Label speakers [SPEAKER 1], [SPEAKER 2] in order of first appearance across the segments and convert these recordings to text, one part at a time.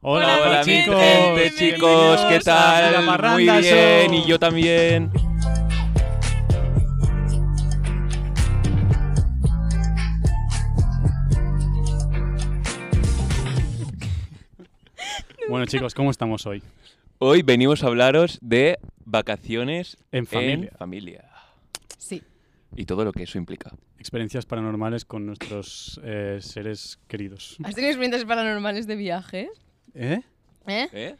[SPEAKER 1] Hola,
[SPEAKER 2] Hola,
[SPEAKER 1] chicos.
[SPEAKER 2] mi gente, chicos, ¿qué
[SPEAKER 1] Bienvenidos a
[SPEAKER 2] tal?
[SPEAKER 1] La
[SPEAKER 2] Muy
[SPEAKER 1] Parranda
[SPEAKER 2] bien,
[SPEAKER 1] Show.
[SPEAKER 2] y yo también.
[SPEAKER 1] Bueno, chicos, ¿cómo estamos hoy?
[SPEAKER 2] Hoy venimos a hablaros de vacaciones
[SPEAKER 1] En familia.
[SPEAKER 2] en familia
[SPEAKER 3] Sí.
[SPEAKER 2] y todo lo que eso implica.
[SPEAKER 1] Experiencias paranormales con nuestros eh, seres queridos.
[SPEAKER 3] ¿Has tenido experiencias paranormales de viaje?
[SPEAKER 1] ¿Eh?
[SPEAKER 3] ¿Eh?
[SPEAKER 2] ¿Eh?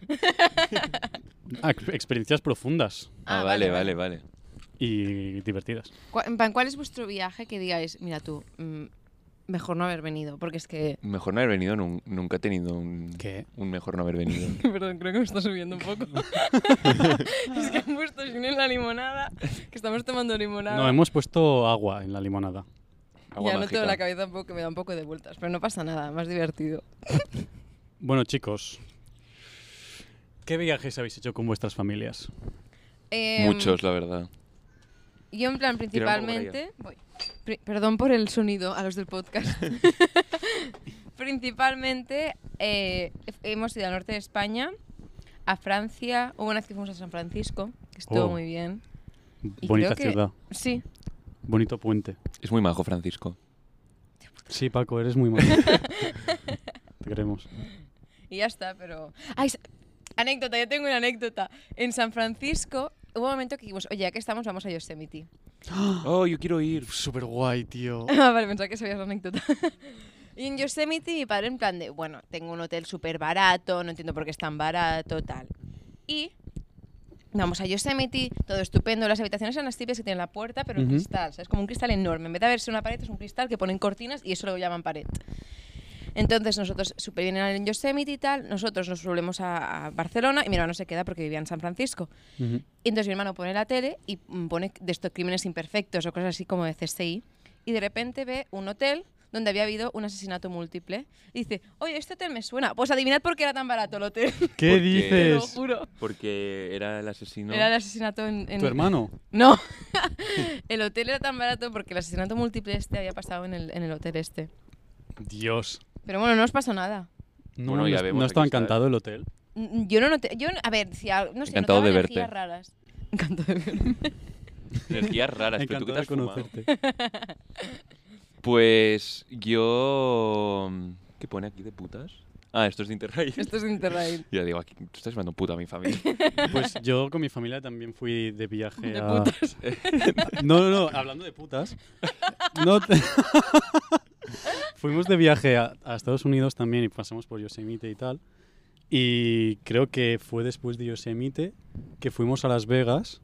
[SPEAKER 1] Ah, ex- experiencias profundas
[SPEAKER 2] Ah, vale, vale, vale.
[SPEAKER 1] y divertidas.
[SPEAKER 3] Cu- En plan, ¿cuál es vuestro viaje que digáis, mira tú, mm, mejor no haber venido? Porque es que.
[SPEAKER 2] Mejor no haber venido, nun- nunca he tenido un,
[SPEAKER 1] ¿Qué?
[SPEAKER 2] un mejor no haber venido.
[SPEAKER 3] Perdón, creo que me está subiendo un poco. es que han puesto sin en la limonada, que estamos tomando limonada.
[SPEAKER 1] No, hemos puesto agua en la limonada.
[SPEAKER 2] Agua
[SPEAKER 3] ya no
[SPEAKER 2] mágica.
[SPEAKER 3] tengo la cabeza un poco, que me da un poco de vueltas, pero no pasa nada, más divertido.
[SPEAKER 1] Bueno, chicos, ¿qué viajes habéis hecho con vuestras familias?
[SPEAKER 3] Em,
[SPEAKER 2] Muchos, la verdad.
[SPEAKER 3] Yo en plan
[SPEAKER 2] Tira un poco para
[SPEAKER 3] principalmente... Voy. Pri- perdón por el sonido a los del podcast. principalmente eh, f- hemos ido al norte de España, a Francia, hubo una vez que fuimos a San Francisco, que estuvo
[SPEAKER 1] Oh.
[SPEAKER 3] muy bien. Y
[SPEAKER 1] Bonita
[SPEAKER 3] creo que-
[SPEAKER 1] ciudad,
[SPEAKER 3] Sí,
[SPEAKER 1] bonito puente.
[SPEAKER 2] Es muy majo, Francisco.
[SPEAKER 1] Sí, Paco, eres muy malo. Te queremos.
[SPEAKER 3] y ya está, pero... Ay, sa- anécdota, yo tengo una anécdota. En San Francisco hubo un momento que dijimos, oye, ya que estamos, vamos a Yosemite.
[SPEAKER 2] Oh, yo quiero ir.
[SPEAKER 1] Súper guay, tío.
[SPEAKER 3] Ah, vale, pensaba que sabías la anécdota. y en Yosemite mi padre en plan de, bueno, tengo un hotel súper barato, no entiendo por qué es tan barato, tal. Y vamos a Yosemite, todo estupendo, las habitaciones son las típicas que tienen la puerta, pero en
[SPEAKER 1] Ujú.
[SPEAKER 3] cristal, ¿sabes? Como un cristal enorme. En vez de verse una pared, es un cristal que ponen cortinas y eso lo llaman pared. Entonces nosotros súper bien en Yosemite y tal, nosotros nos volvemos a, a Barcelona y mi hermano se queda porque vivía en San Francisco. Y entonces mi hermano pone la tele y mm, pone de estos crímenes imperfectos o cosas así como de CSI. Y de repente ve un hotel donde había habido un asesinato múltiple. Y dice, oye, este hotel me suena. Pues adivinad por qué era tan barato el hotel.
[SPEAKER 1] ¿Qué
[SPEAKER 2] Porque-
[SPEAKER 3] Te lo
[SPEAKER 1] dices?
[SPEAKER 3] juro.
[SPEAKER 2] Porque era el asesino.
[SPEAKER 3] Era el asesinato en... en-
[SPEAKER 1] ¿Tu hermano?
[SPEAKER 3] No. el hotel era tan barato porque el asesinato múltiple este había pasado en el, en el hotel este.
[SPEAKER 1] Dios.
[SPEAKER 3] Pero bueno, no os pasó nada.
[SPEAKER 1] No,
[SPEAKER 2] Bueno, ya
[SPEAKER 1] no-
[SPEAKER 2] vemos,
[SPEAKER 1] no
[SPEAKER 2] aquí
[SPEAKER 1] estaba
[SPEAKER 2] está. ¿eh?
[SPEAKER 1] encantado el hotel.
[SPEAKER 3] Mm, Yo no noté... Yo, no- a ver, si, al- no sé,
[SPEAKER 2] Encantado
[SPEAKER 3] notaba
[SPEAKER 2] de verte.
[SPEAKER 3] energías raras. Encantado de verme.
[SPEAKER 2] Energías raras, pero tú qué
[SPEAKER 1] Encantado
[SPEAKER 2] te
[SPEAKER 1] de
[SPEAKER 2] has fumado?
[SPEAKER 1] conocerte.
[SPEAKER 2] Pues yo... mm, ¿Qué pone aquí de putas? Ah, esto es de Interrail.
[SPEAKER 3] Esto es de Interrail.
[SPEAKER 2] Ya digo, aquí, tú estás llamando puta a mi familia.
[SPEAKER 1] Pues yo con mi familia también fui de viaje
[SPEAKER 3] De
[SPEAKER 1] a...
[SPEAKER 3] putas.
[SPEAKER 1] No, no, no, hablando de putas. no te- Fuimos de viaje a, a Estados Unidos también y pasamos por Yosemite y tal. Y creo que fue después de Yosemite que fuimos a Las Vegas.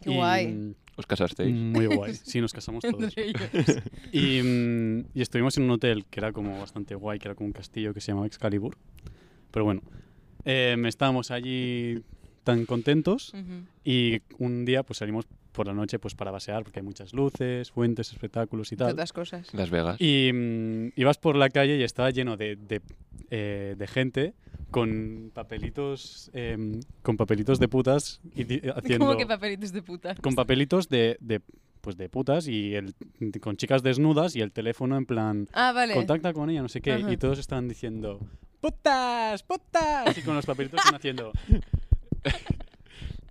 [SPEAKER 3] Qué
[SPEAKER 1] y- mm,
[SPEAKER 3] guay.
[SPEAKER 2] ¿Os casasteis?
[SPEAKER 1] Muy guay. Sí, nos casamos todos.
[SPEAKER 3] Entre ellos.
[SPEAKER 1] Y, mm, y estuvimos en un hotel que era como bastante guay, que era como un castillo que se llamaba Excalibur. Pero bueno, eh, estábamos allí tan contentos
[SPEAKER 3] Ujú.
[SPEAKER 1] y un día pues salimos por la noche pues para basear porque hay muchas luces, fuentes, espectáculos y
[SPEAKER 3] Entre
[SPEAKER 1] tal.
[SPEAKER 3] otras cosas.
[SPEAKER 2] Las Vegas.
[SPEAKER 1] Y mm, ibas por la calle y estaba lleno de, de, eh, de gente con papelitos em, con papelitos de putas y di- haciendo
[SPEAKER 3] ¿Cómo que papelitos de puta?
[SPEAKER 1] con papelitos de, de pues de putas y el, con chicas desnudas y el teléfono en plan
[SPEAKER 3] Ah, vale.
[SPEAKER 1] contacta con ella, no sé qué.
[SPEAKER 3] Ajá.
[SPEAKER 1] Y todos estaban diciendo, putas, putas. Y con los papelitos están haciendo.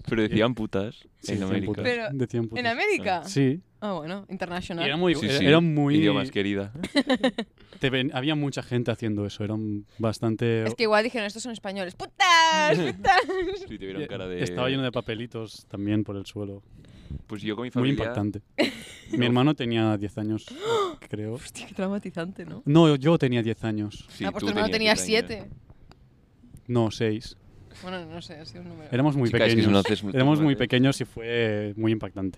[SPEAKER 2] Pero decían putas en América.
[SPEAKER 1] putas,
[SPEAKER 3] Pero,
[SPEAKER 1] decían putas.
[SPEAKER 3] ¿en América?
[SPEAKER 1] Sí.
[SPEAKER 3] Ah, bueno,
[SPEAKER 1] Y
[SPEAKER 3] internacional.
[SPEAKER 1] era muy...
[SPEAKER 2] Sí,
[SPEAKER 1] era-
[SPEAKER 2] sí,
[SPEAKER 1] era muy
[SPEAKER 2] Idiomas, querida.
[SPEAKER 1] te ven- había mucha gente haciendo eso. Eran bastante...
[SPEAKER 3] Es que igual dijeron, estos son españoles. ¡Putas! ¡Putas!
[SPEAKER 2] Sí, te vieron cara de...
[SPEAKER 1] eh, Estaba lleno de papelitos también por el suelo.
[SPEAKER 2] Pues yo con mi
[SPEAKER 1] Muy
[SPEAKER 2] familia...
[SPEAKER 1] impactante. Mi hermano tenía 10 años, creo.
[SPEAKER 3] Hostia, qué traumatizante, ¿no?
[SPEAKER 1] No, yo tenía 10 años.
[SPEAKER 2] Sí,
[SPEAKER 3] ah, pues
[SPEAKER 2] tú
[SPEAKER 3] tu hermano tenía
[SPEAKER 2] tenías
[SPEAKER 3] 7.
[SPEAKER 1] No, 6.
[SPEAKER 3] Bueno, no sé, ha sido un número.
[SPEAKER 1] Éramos muy
[SPEAKER 2] Chica, es que
[SPEAKER 1] pequeños.
[SPEAKER 2] si no haces- ¿eh?
[SPEAKER 1] Éramos muy pequeños y fue muy impactante.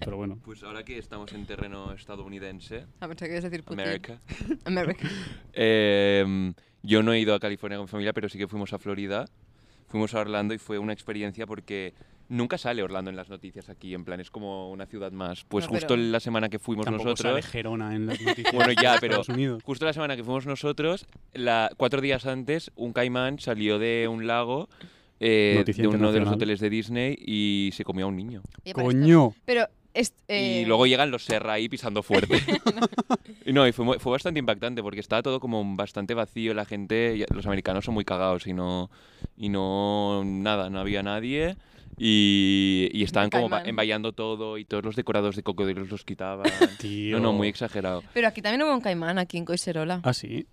[SPEAKER 1] Pero bueno.
[SPEAKER 2] Pues ahora que estamos en terreno estadounidense,
[SPEAKER 3] Ah, pensaba que ibas a decir Putin.
[SPEAKER 2] América,
[SPEAKER 3] America.
[SPEAKER 2] eh, yo no he ido a California con mi familia, pero sí que fuimos a Florida, fuimos a Orlando y fue una experiencia porque nunca sale Orlando en las noticias aquí, en plan es como una ciudad más. Pues
[SPEAKER 3] No, pero-
[SPEAKER 2] justo la semana que fuimos
[SPEAKER 1] Tampoco sale
[SPEAKER 2] nosotros,
[SPEAKER 1] Gerona en las noticias
[SPEAKER 2] Bueno, ya,
[SPEAKER 1] de
[SPEAKER 2] pero-
[SPEAKER 1] Estados Unidos.
[SPEAKER 2] Justo la semana que fuimos nosotros, la, cuatro días antes, un caimán salió de un lago eh,
[SPEAKER 1] Noticia
[SPEAKER 2] de uno de los
[SPEAKER 1] internacional.
[SPEAKER 2] hoteles de Disney y se comió a un niño.
[SPEAKER 3] Oye, para esto-
[SPEAKER 1] Coño.
[SPEAKER 3] Pero est- eh,
[SPEAKER 2] Y luego llegan los Serra ahí pisando fuerte. Y no, y fue, mu- fue bastante impactante porque estaba todo como bastante vacío. La gente, ya- los americanos son muy cagados y no, y no nada, no había nadie. Y, y estaban como
[SPEAKER 3] Caimán.
[SPEAKER 2] envallando todo y todos los decorados de cocodrilos los quitaban.
[SPEAKER 1] Tío.
[SPEAKER 2] No, no, muy exagerado.
[SPEAKER 3] Pero aquí también hubo un caimán, aquí en Coiserola.
[SPEAKER 1] Ah, sí.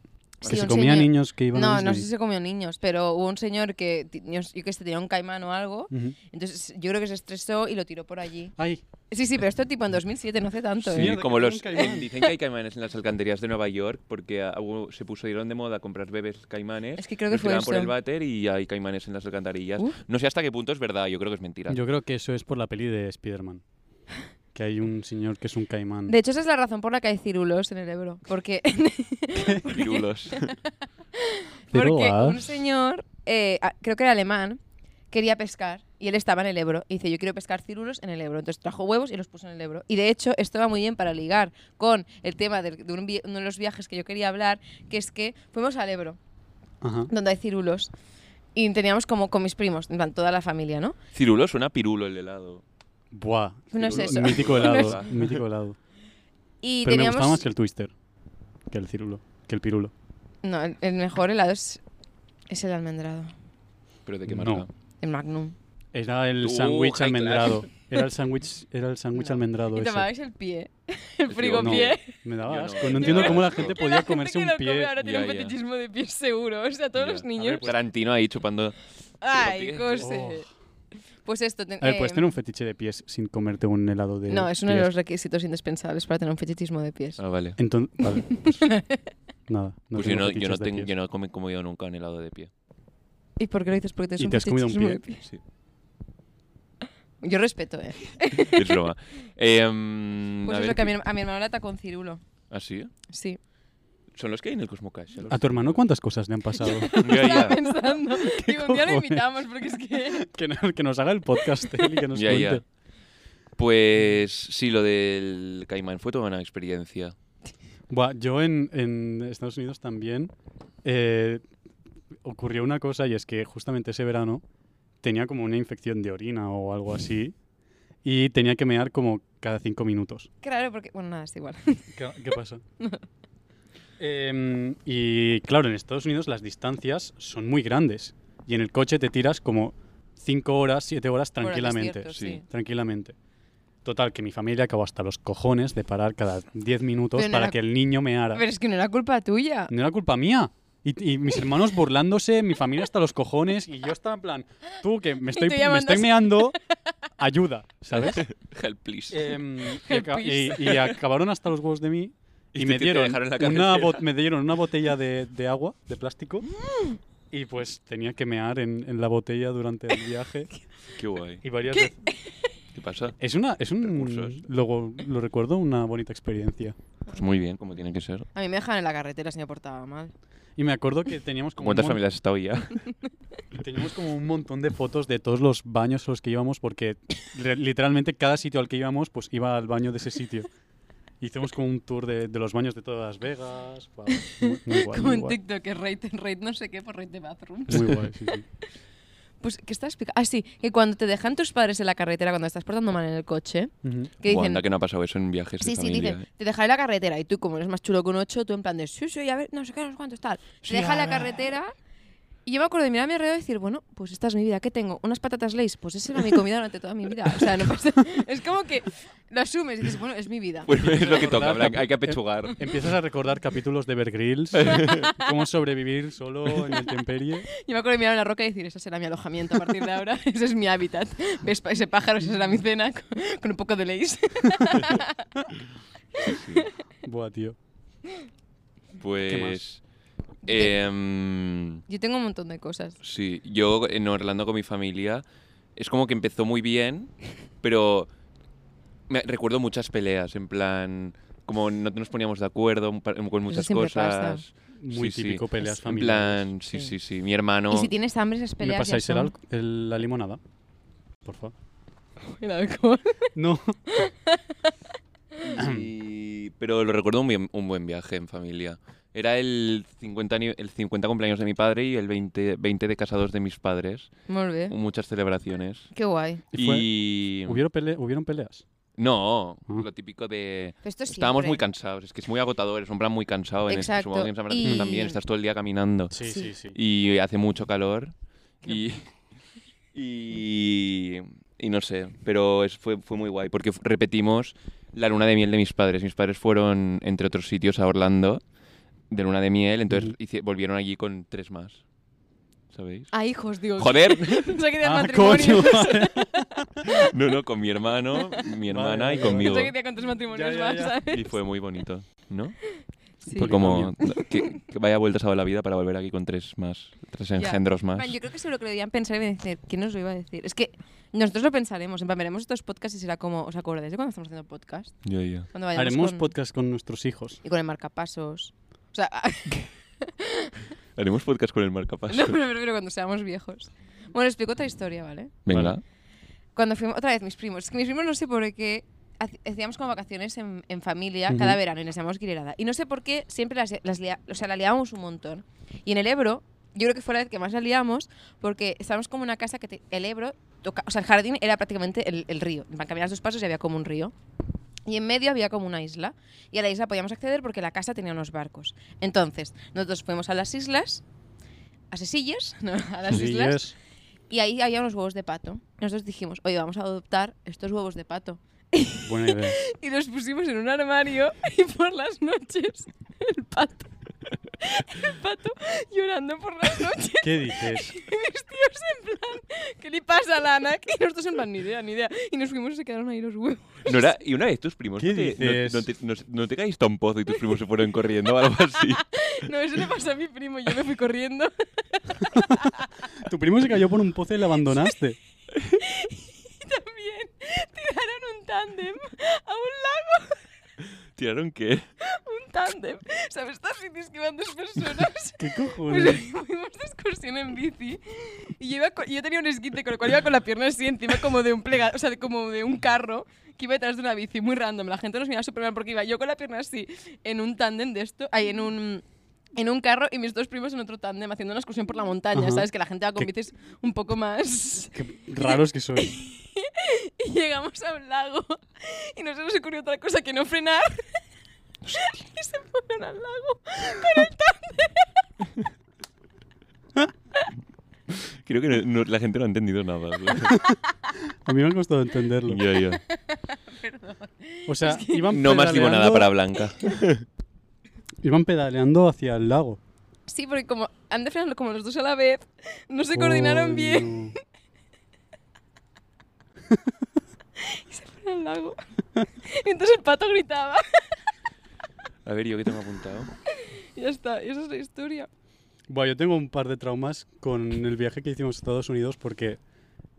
[SPEAKER 3] Sí,
[SPEAKER 1] que se
[SPEAKER 3] un
[SPEAKER 1] comía
[SPEAKER 3] señor.
[SPEAKER 1] niños que iban a
[SPEAKER 3] No,
[SPEAKER 1] Disney.
[SPEAKER 3] no sé si se comió niños, pero hubo un señor que, ti- yo yo que sé, tenía un caimán o algo.
[SPEAKER 1] Ujú.
[SPEAKER 3] Entonces yo creo que se estresó y lo tiró por allí.
[SPEAKER 1] Ay,
[SPEAKER 3] Sí, sí, pero esto tipo en 2007, no hace tanto.
[SPEAKER 2] Sí,
[SPEAKER 3] ¿eh?
[SPEAKER 1] Mierda, que
[SPEAKER 2] como
[SPEAKER 1] fue un
[SPEAKER 2] los
[SPEAKER 1] caimán.
[SPEAKER 2] dicen que hay caimanes en las alcantarillas de Nueva York porque ah, hubo- se pusieron de moda comprar bebés caimanes.
[SPEAKER 3] Es que creo que
[SPEAKER 2] los
[SPEAKER 3] fue
[SPEAKER 2] tiraban por
[SPEAKER 3] eso.
[SPEAKER 2] el váter y hay caimanes en las alcantarillas.
[SPEAKER 3] Uf.
[SPEAKER 2] No sé hasta qué punto es verdad, yo creo que es mentira.
[SPEAKER 1] yo creo que eso es por la peli de Spider-Man. Que hay un señor que es un caimán.
[SPEAKER 3] De hecho, esa es la razón por la que hay cirulos en el Ebro. Porque,
[SPEAKER 2] Pirulos.
[SPEAKER 3] porque
[SPEAKER 1] Cirulas.
[SPEAKER 3] un señor, eh, ah, creo que era alemán, quería pescar y él estaba en el Ebro. Y dice, yo quiero pescar cirulos en el Ebro. Entonces trajo huevos y los puso en el Ebro. Y de hecho, esto va muy bien para ligar con el tema del- de un vi- uno de los viajes que yo quería hablar, que es que fuimos al Ebro.
[SPEAKER 1] Ajá.
[SPEAKER 3] donde hay cirulos. Y teníamos como con mis primos, en plan, toda la familia, ¿no?
[SPEAKER 2] Cirulo suena a pirulo el helado.
[SPEAKER 1] Buah.
[SPEAKER 3] No es
[SPEAKER 2] Cirulo.
[SPEAKER 3] eso.
[SPEAKER 1] Mítico
[SPEAKER 2] No
[SPEAKER 1] helado.
[SPEAKER 2] es-
[SPEAKER 1] mítico helado.
[SPEAKER 3] Y
[SPEAKER 1] Pero me
[SPEAKER 3] teníamos...
[SPEAKER 1] gustaba más que el Twister. Que el cirulo. Que el pirulo.
[SPEAKER 3] No, el, el mejor helado es, es el almendrado,
[SPEAKER 2] Pero de qué
[SPEAKER 1] No.
[SPEAKER 2] marca.
[SPEAKER 3] el magnum.
[SPEAKER 1] Era el
[SPEAKER 2] Uh,
[SPEAKER 1] sándwich
[SPEAKER 2] high
[SPEAKER 1] almendrado. Era el sándwich, era el sándwich
[SPEAKER 3] No.
[SPEAKER 1] almendrado
[SPEAKER 3] Y
[SPEAKER 1] ese.
[SPEAKER 3] tomabais el pie, el
[SPEAKER 2] Sí,
[SPEAKER 3] frigo
[SPEAKER 2] no.
[SPEAKER 3] pie.
[SPEAKER 1] Me daba
[SPEAKER 2] Yo no.
[SPEAKER 1] asco. No,
[SPEAKER 2] Yo
[SPEAKER 1] entiendo
[SPEAKER 2] no.
[SPEAKER 1] cómo la
[SPEAKER 2] Asco.
[SPEAKER 1] gente
[SPEAKER 2] Que
[SPEAKER 1] podía comerse un pie.
[SPEAKER 3] ahora
[SPEAKER 2] tiene
[SPEAKER 3] tiene
[SPEAKER 2] Ya,
[SPEAKER 3] un
[SPEAKER 2] un ya. fetichismo
[SPEAKER 3] fetichismo de pie seguro, o sea, todos
[SPEAKER 2] Ya.
[SPEAKER 3] los
[SPEAKER 2] A
[SPEAKER 3] niños.
[SPEAKER 2] ver,
[SPEAKER 1] pues,
[SPEAKER 2] pues, Tarantino ahí chupando.
[SPEAKER 3] Ay,
[SPEAKER 2] pero
[SPEAKER 1] pie.
[SPEAKER 3] cose. Pues esto... ten-
[SPEAKER 1] Oh. A ver, puedes
[SPEAKER 3] eh,
[SPEAKER 1] tener un fetiche de pies sin comerte un helado de
[SPEAKER 3] No, es uno de
[SPEAKER 1] pies.
[SPEAKER 3] los requisitos indispensables para tener un fetichismo de pies.
[SPEAKER 2] Ah, vale.
[SPEAKER 1] Entonces, vale, pues, nada. No
[SPEAKER 2] pues yo
[SPEAKER 1] tengo
[SPEAKER 2] no, yo
[SPEAKER 1] fetiches
[SPEAKER 2] no,
[SPEAKER 1] de
[SPEAKER 2] tengo-
[SPEAKER 1] pies.
[SPEAKER 2] yo no he comido nunca un helado de pie.
[SPEAKER 3] ¿Y por qué lo dices? Porque tienes
[SPEAKER 1] ¿Y
[SPEAKER 3] un
[SPEAKER 1] te has comido un
[SPEAKER 3] fetichismo
[SPEAKER 1] pie?
[SPEAKER 3] de pies.
[SPEAKER 2] Sí.
[SPEAKER 3] Yo respeto, ¿eh?
[SPEAKER 2] Es broma. Eh, mm,
[SPEAKER 3] Pues
[SPEAKER 2] a
[SPEAKER 3] eso
[SPEAKER 2] ver,
[SPEAKER 3] que a mi, a mi hermano lata con cirulo,
[SPEAKER 2] ¿Ah, sí?
[SPEAKER 3] sí.
[SPEAKER 2] Son los que hay en el Cosmo Cash.
[SPEAKER 1] ¿A tu hermano cuántas cosas le han pasado?
[SPEAKER 2] Ya,
[SPEAKER 3] estaba
[SPEAKER 2] ya.
[SPEAKER 3] pensando. Digo, un día lo
[SPEAKER 1] cojones?
[SPEAKER 3] invitamos porque es que.
[SPEAKER 1] que, no- que nos haga el podcast él y que nos
[SPEAKER 2] Ya, ya.
[SPEAKER 1] cuente.
[SPEAKER 2] Pues sí, lo del caimán fue toda una experiencia.
[SPEAKER 1] Buah, yo en, en Estados Unidos también eh, ocurrió una cosa y es que justamente ese verano tenía como una infección de orina o algo así y tenía que mear como cada cinco minutos.
[SPEAKER 3] Claro, porque. Bueno, nada, es igual.
[SPEAKER 1] ¿Qué, qué pasa? Em, y claro, en Estados Unidos las distancias son muy grandes y en el coche te tiras como 5 horas, 7 horas
[SPEAKER 3] Bueno,
[SPEAKER 1] tranquilamente.
[SPEAKER 3] es cierto,
[SPEAKER 2] sí.
[SPEAKER 3] sí.
[SPEAKER 1] Tranquilamente. Total, que mi familia acabó hasta los cojones de parar cada 10 minutos
[SPEAKER 3] Pero no
[SPEAKER 1] para
[SPEAKER 3] era-
[SPEAKER 1] que el niño meara.
[SPEAKER 3] Pero es que no era culpa tuya.
[SPEAKER 1] No era culpa mía. Y, y mis hermanos burlándose, mi familia hasta los cojones y yo estaba en plan, tú que me estoy,
[SPEAKER 3] tú
[SPEAKER 1] me estoy
[SPEAKER 3] llamándose-
[SPEAKER 1] meando, ayuda, ¿sabes?
[SPEAKER 2] Help, please.
[SPEAKER 1] Em, y,
[SPEAKER 3] El
[SPEAKER 1] aca-
[SPEAKER 3] pis.
[SPEAKER 1] y- y acabaron hasta los huevos de mí y,
[SPEAKER 2] Y
[SPEAKER 1] me,
[SPEAKER 2] te- te
[SPEAKER 1] dieron
[SPEAKER 2] dejaron en la
[SPEAKER 1] una
[SPEAKER 2] carretera.
[SPEAKER 1] bot- me dieron una botella de, de agua, de plástico,
[SPEAKER 2] Mm.
[SPEAKER 1] y pues tenía que mear en, en la botella durante el viaje
[SPEAKER 2] Qué guay.
[SPEAKER 1] y varias veces.
[SPEAKER 2] ¿Qué pasa?
[SPEAKER 1] Es una, es un,
[SPEAKER 2] Recursos.
[SPEAKER 1] luego lo recuerdo, una bonita experiencia.
[SPEAKER 2] Pues muy bien, como tiene que ser.
[SPEAKER 3] A mí me dejaban en la carretera si me portaba mal.
[SPEAKER 1] Y me acuerdo que teníamos como, un,
[SPEAKER 2] ¿Cuántas
[SPEAKER 1] mon-
[SPEAKER 2] familias has estado ya?
[SPEAKER 1] teníamos como un montón de fotos de todos los baños a los que íbamos porque re- literalmente cada sitio al que íbamos pues iba al baño de ese sitio. Hicimos como un tour de, de los baños de todas Las Vegas. guau, muy- muy guay,
[SPEAKER 3] Como
[SPEAKER 1] muy
[SPEAKER 3] en
[SPEAKER 1] guay.
[SPEAKER 3] TikTok, que raid, raid no sé qué por raid de bathrooms.
[SPEAKER 1] Muy guay, sí, sí.
[SPEAKER 3] Pues, ¿qué estás explicando? Ah, sí, que cuando te dejan tus padres en la carretera, cuando estás portando mal en el coche, que
[SPEAKER 2] Buah,
[SPEAKER 3] dicen.
[SPEAKER 2] anda que no ha pasado eso en viajes de
[SPEAKER 3] Sí, sí,
[SPEAKER 2] familia.
[SPEAKER 3] dicen,
[SPEAKER 2] ¿eh?
[SPEAKER 3] te dejaré en la carretera. Y tú, como eres más chulo que un ocho, tú en plan de, sí, sí, a ver, no sé qué, no sé cuántos, tal.
[SPEAKER 1] Sí,
[SPEAKER 3] te deja en la
[SPEAKER 1] ahora.
[SPEAKER 3] carretera. Y yo me acuerdo de mirar a mi alrededor y decir, bueno, pues esta es mi vida, ¿qué tengo? Unas patatas Lay's, pues esa era mi comida durante toda mi vida. O sea, no pasa- Es como que lo asumes y dices, bueno, es mi vida.
[SPEAKER 2] Pues es lo que toca,
[SPEAKER 1] Recordar
[SPEAKER 2] Blanca,
[SPEAKER 1] la-
[SPEAKER 2] hay que apechugar.
[SPEAKER 1] Empiezas a recordar capítulos de Bear Grylls, cómo sobrevivir solo en el temperie.
[SPEAKER 3] Yo me acuerdo de mirar a la roca y decir, ese será mi alojamiento a partir de ahora, ese es mi hábitat. Ves pa- ese pájaro, esa será mi cena, con, con un poco de Lay's.
[SPEAKER 1] Buah, tío.
[SPEAKER 2] Pues. em,
[SPEAKER 3] Yo tengo un montón de cosas.
[SPEAKER 2] sí, yo en Orlando con mi familia es como que empezó muy bien, pero me, recuerdo muchas peleas, en plan, como no nos poníamos de acuerdo en pa- con muchas
[SPEAKER 3] siempre pasa.
[SPEAKER 2] cosas.
[SPEAKER 1] Muy
[SPEAKER 2] Sí, sí.
[SPEAKER 1] típico peleas
[SPEAKER 2] En
[SPEAKER 1] familiares.
[SPEAKER 2] plan, sí,
[SPEAKER 3] Sí.
[SPEAKER 2] sí, sí, Mi hermano.
[SPEAKER 3] Y si tienes hambre, esas
[SPEAKER 1] ¿Me
[SPEAKER 3] peleas ya
[SPEAKER 1] pasáis el,
[SPEAKER 3] son-
[SPEAKER 1] alco- el- la limonada? Por favor.
[SPEAKER 3] el alcohol.
[SPEAKER 1] No.
[SPEAKER 2] Y- pero lo recuerdo un, bien- un buen viaje en familia. Era el 50, ani- el 50 cumpleaños de mi padre y el 20, 20 de casados de mis padres.
[SPEAKER 3] Muy bien.
[SPEAKER 2] Muchas celebraciones.
[SPEAKER 3] Qué guay.
[SPEAKER 1] ¿Y fue?
[SPEAKER 2] Y...
[SPEAKER 1] ¿Hubieron, pele- ¿Hubieron peleas?
[SPEAKER 2] No,
[SPEAKER 1] Ah.
[SPEAKER 2] lo típico de...
[SPEAKER 3] Pero Pues esto
[SPEAKER 2] Estábamos
[SPEAKER 3] siempre.
[SPEAKER 2] muy cansados, es que es muy agotador, es un plan muy cansado. En este-
[SPEAKER 3] Exacto,
[SPEAKER 2] supongo que en San Francisco
[SPEAKER 3] y-
[SPEAKER 2] también estás todo el día caminando
[SPEAKER 1] Sí, sí,
[SPEAKER 3] Sí.
[SPEAKER 1] sí.
[SPEAKER 2] y hace mucho calor y, y, y no sé, pero es- fue, fue muy guay porque f- repetimos la luna de miel de mis padres. Mis padres fueron, entre otros sitios, a Orlando de luna de miel, entonces
[SPEAKER 1] Ujú.
[SPEAKER 2] hice- volvieron allí con tres más. ¿Sabéis?
[SPEAKER 4] A hijos, digo.
[SPEAKER 2] ¡Joder!
[SPEAKER 4] Pensé que era
[SPEAKER 1] Ah,
[SPEAKER 4] matrimonio.
[SPEAKER 1] coño.
[SPEAKER 2] No, no, con mi hermano, mi hermana
[SPEAKER 1] vale,
[SPEAKER 2] y
[SPEAKER 1] vale.
[SPEAKER 2] conmigo.
[SPEAKER 4] Pensé que tenía con tres matrimonios
[SPEAKER 1] Ya, ya,
[SPEAKER 4] más,
[SPEAKER 1] ya.
[SPEAKER 4] ¿sabes?
[SPEAKER 2] Y fue muy bonito, ¿no?
[SPEAKER 4] Sí.
[SPEAKER 1] Porque-
[SPEAKER 2] Como que, que vaya vueltas a la vida para volver aquí con tres más, tres engendros más.
[SPEAKER 3] En plan, Yo creo que se lo creían pensar y van a decir, ¿quién nos lo iba a decir? Es que nosotros lo pensaremos, en plan, veremos estos podcasts y será como, ¿os acordáis de cuando estamos haciendo podcast?
[SPEAKER 2] Yo, yo.
[SPEAKER 3] Cuando vayamos
[SPEAKER 1] Haremos
[SPEAKER 3] con-
[SPEAKER 1] podcast con nuestros hijos.
[SPEAKER 3] Y con el marcapasos. O sea,
[SPEAKER 2] Haremos podcast con el
[SPEAKER 3] no,
[SPEAKER 2] marcapasos.
[SPEAKER 3] pero me refiero cuando seamos viejos. Bueno, explico otra historia, ¿vale?
[SPEAKER 2] Venga.
[SPEAKER 1] Vale.
[SPEAKER 3] Cuando fuimos, otra vez mis primos, es que mis primos no sé por qué hac- hacíamos como vacaciones en, en familia
[SPEAKER 1] Ujú.
[SPEAKER 3] cada verano y nos llamamos Guirerada. Y no sé por qué siempre las, las lia- o sea, la liábamos un montón. Y en el Ebro, yo creo que fue la vez que más la liamos porque estábamos como en una casa que te- el Ebro, toca, o sea, el jardín era prácticamente el, el río. En plan, Caminabas dos pasos y había como un río. Y en medio había como una isla. Y a la isla podíamos acceder porque la casa tenía unos barcos. Entonces, nosotros fuimos a las islas, a Sesillas, no, a las
[SPEAKER 1] Sí,
[SPEAKER 3] islas.
[SPEAKER 1] yes.
[SPEAKER 3] Y ahí había unos huevos de pato. Nosotros dijimos, oye, vamos a adoptar estos huevos de pato.
[SPEAKER 1] Buena idea.
[SPEAKER 3] Y los pusimos en un armario y por las noches el pato, el pato llorando por las noches.
[SPEAKER 1] ¿Qué dices?
[SPEAKER 3] Y mis tíos en plan, ¿qué le pasa a la Ana? Y nosotros en plan, ni idea, ni idea. Y nos fuimos y se quedaron ahí los huevos.
[SPEAKER 2] No era- y una vez tus primos.
[SPEAKER 1] ¿Qué
[SPEAKER 2] ¿no te-
[SPEAKER 1] dices?
[SPEAKER 2] No, no te, no se- no te caíste a un pozo y tus primos se fueron corriendo o algo así.
[SPEAKER 3] No, eso le pasó a mi primo y yo me fui corriendo.
[SPEAKER 1] Tu primo se cayó por un pozo y le abandonaste.
[SPEAKER 3] También tiraron un tándem a un
[SPEAKER 2] ¿Tiraron qué?
[SPEAKER 3] lago, un tándem. ¿Sabes? Estos sitios que van dos personas.
[SPEAKER 1] ¿Qué
[SPEAKER 3] Pues
[SPEAKER 1] cojones?
[SPEAKER 3] fuimos de excursión en bici y yo, iba co- yo tenía un esquite con lo cual iba con la pierna así encima como de un plega, o sea, de- como de un carro que iba detrás de una bici, muy random. La gente nos miraba súper mal porque iba yo con la pierna así en un tándem de esto, ahí en un en un carro y mis dos primos en otro tándem haciendo una excursión por la montaña,
[SPEAKER 1] Ajá.
[SPEAKER 3] ¿sabes? Que la gente va con
[SPEAKER 1] ¿Qué-
[SPEAKER 3] bicis un poco más
[SPEAKER 1] Qué raros que sois.
[SPEAKER 3] y llegamos a un lago y no se nos ocurrió otra cosa que no frenar. y se fueron al lago.
[SPEAKER 2] Creo que no- no- la gente no ha entendido nada.
[SPEAKER 1] A mí me ha costado entenderlo.
[SPEAKER 2] Yo, yo.
[SPEAKER 1] O sea, iban
[SPEAKER 2] No más limonada
[SPEAKER 1] pedaleando-
[SPEAKER 2] para Blanca.
[SPEAKER 1] Iban pedaleando hacia el lago.
[SPEAKER 3] Sí, porque como han de frenar como los dos a la vez, no se coordinaron bien.
[SPEAKER 1] Coño.
[SPEAKER 3] en el lago. Y entonces el pato gritaba.
[SPEAKER 2] A ver, yo que tengo apuntado.
[SPEAKER 3] Y ya está, y esa es la historia.
[SPEAKER 1] Buah, yo tengo un par de traumas con el viaje que hicimos a Estados Unidos porque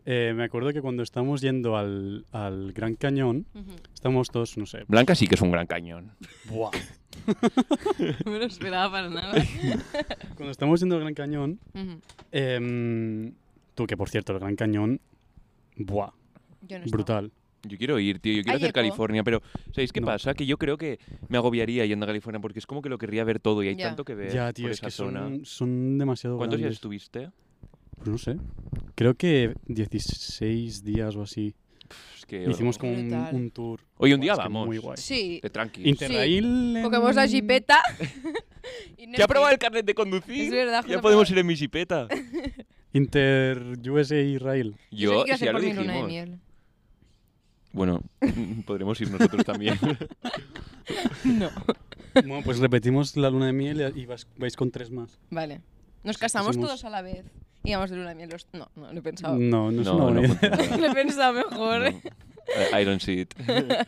[SPEAKER 1] eh, me acuerdo que cuando estábamos yendo al, al Gran Cañón, estábamos todos, no sé,
[SPEAKER 2] Blanca sí que es un gran cañón.
[SPEAKER 1] buah.
[SPEAKER 3] No me lo esperaba para nada.
[SPEAKER 1] Cuando estábamos yendo al Gran Cañón, em, tú que por cierto, el Gran Cañón, buah,
[SPEAKER 3] Yo no
[SPEAKER 1] brutal.
[SPEAKER 2] Yo quiero ir, tío. Yo
[SPEAKER 3] Ay,
[SPEAKER 2] quiero hacer
[SPEAKER 3] Eco.
[SPEAKER 2] California, pero ¿sabéis qué
[SPEAKER 1] No.
[SPEAKER 2] pasa? Que yo creo que me agobiaría yendo a California porque es como que lo querría ver todo y hay
[SPEAKER 3] Ya.
[SPEAKER 2] tanto que ver
[SPEAKER 1] Ya, tío,
[SPEAKER 2] Eh, por
[SPEAKER 1] es
[SPEAKER 2] esa
[SPEAKER 1] que
[SPEAKER 2] zona.
[SPEAKER 1] son, son demasiado
[SPEAKER 2] ¿Cuántos días
[SPEAKER 1] grandes.
[SPEAKER 2] estuviste?
[SPEAKER 1] Pues no sé. Creo que 16 días o así.
[SPEAKER 2] Pff, es que-
[SPEAKER 1] Hicimos como un,
[SPEAKER 3] Brutal.
[SPEAKER 1] un tour.
[SPEAKER 2] Hoy un
[SPEAKER 1] Buah,
[SPEAKER 2] día
[SPEAKER 1] es que
[SPEAKER 2] vamos.
[SPEAKER 1] Muy guay.
[SPEAKER 3] Sí.
[SPEAKER 2] De eh, tranqui.
[SPEAKER 1] pues, Interrail. en-
[SPEAKER 3] Cogemos la jipeta. y
[SPEAKER 2] ¿Ya ha probado
[SPEAKER 3] Netflix.
[SPEAKER 2] el carnet de conducir?
[SPEAKER 3] Es verdad, José,
[SPEAKER 2] Ya podemos
[SPEAKER 3] pero-
[SPEAKER 2] ir en mi chipeta.
[SPEAKER 1] Inter USA y Rail.
[SPEAKER 3] Yo sé que quiero
[SPEAKER 2] si
[SPEAKER 3] hacer
[SPEAKER 2] ya
[SPEAKER 3] por
[SPEAKER 2] lo
[SPEAKER 3] mi luna de
[SPEAKER 2] dijimos.
[SPEAKER 3] miel.
[SPEAKER 2] Bueno, mm, podremos ir nosotros también.
[SPEAKER 3] No.
[SPEAKER 1] Bueno, pues repetimos la luna de miel y vas- vais con tres más.
[SPEAKER 3] Vale. Nos casamos
[SPEAKER 1] hacemos-
[SPEAKER 3] todos a la vez. Y íbamos de luna de miel. los- No, no, lo he pensado.
[SPEAKER 1] No, no pues, es
[SPEAKER 2] No,
[SPEAKER 1] una buena
[SPEAKER 2] no
[SPEAKER 1] idea.
[SPEAKER 2] funciona.
[SPEAKER 3] lo he pensado mejor.
[SPEAKER 2] Mm. No. Eh, Iron Seed.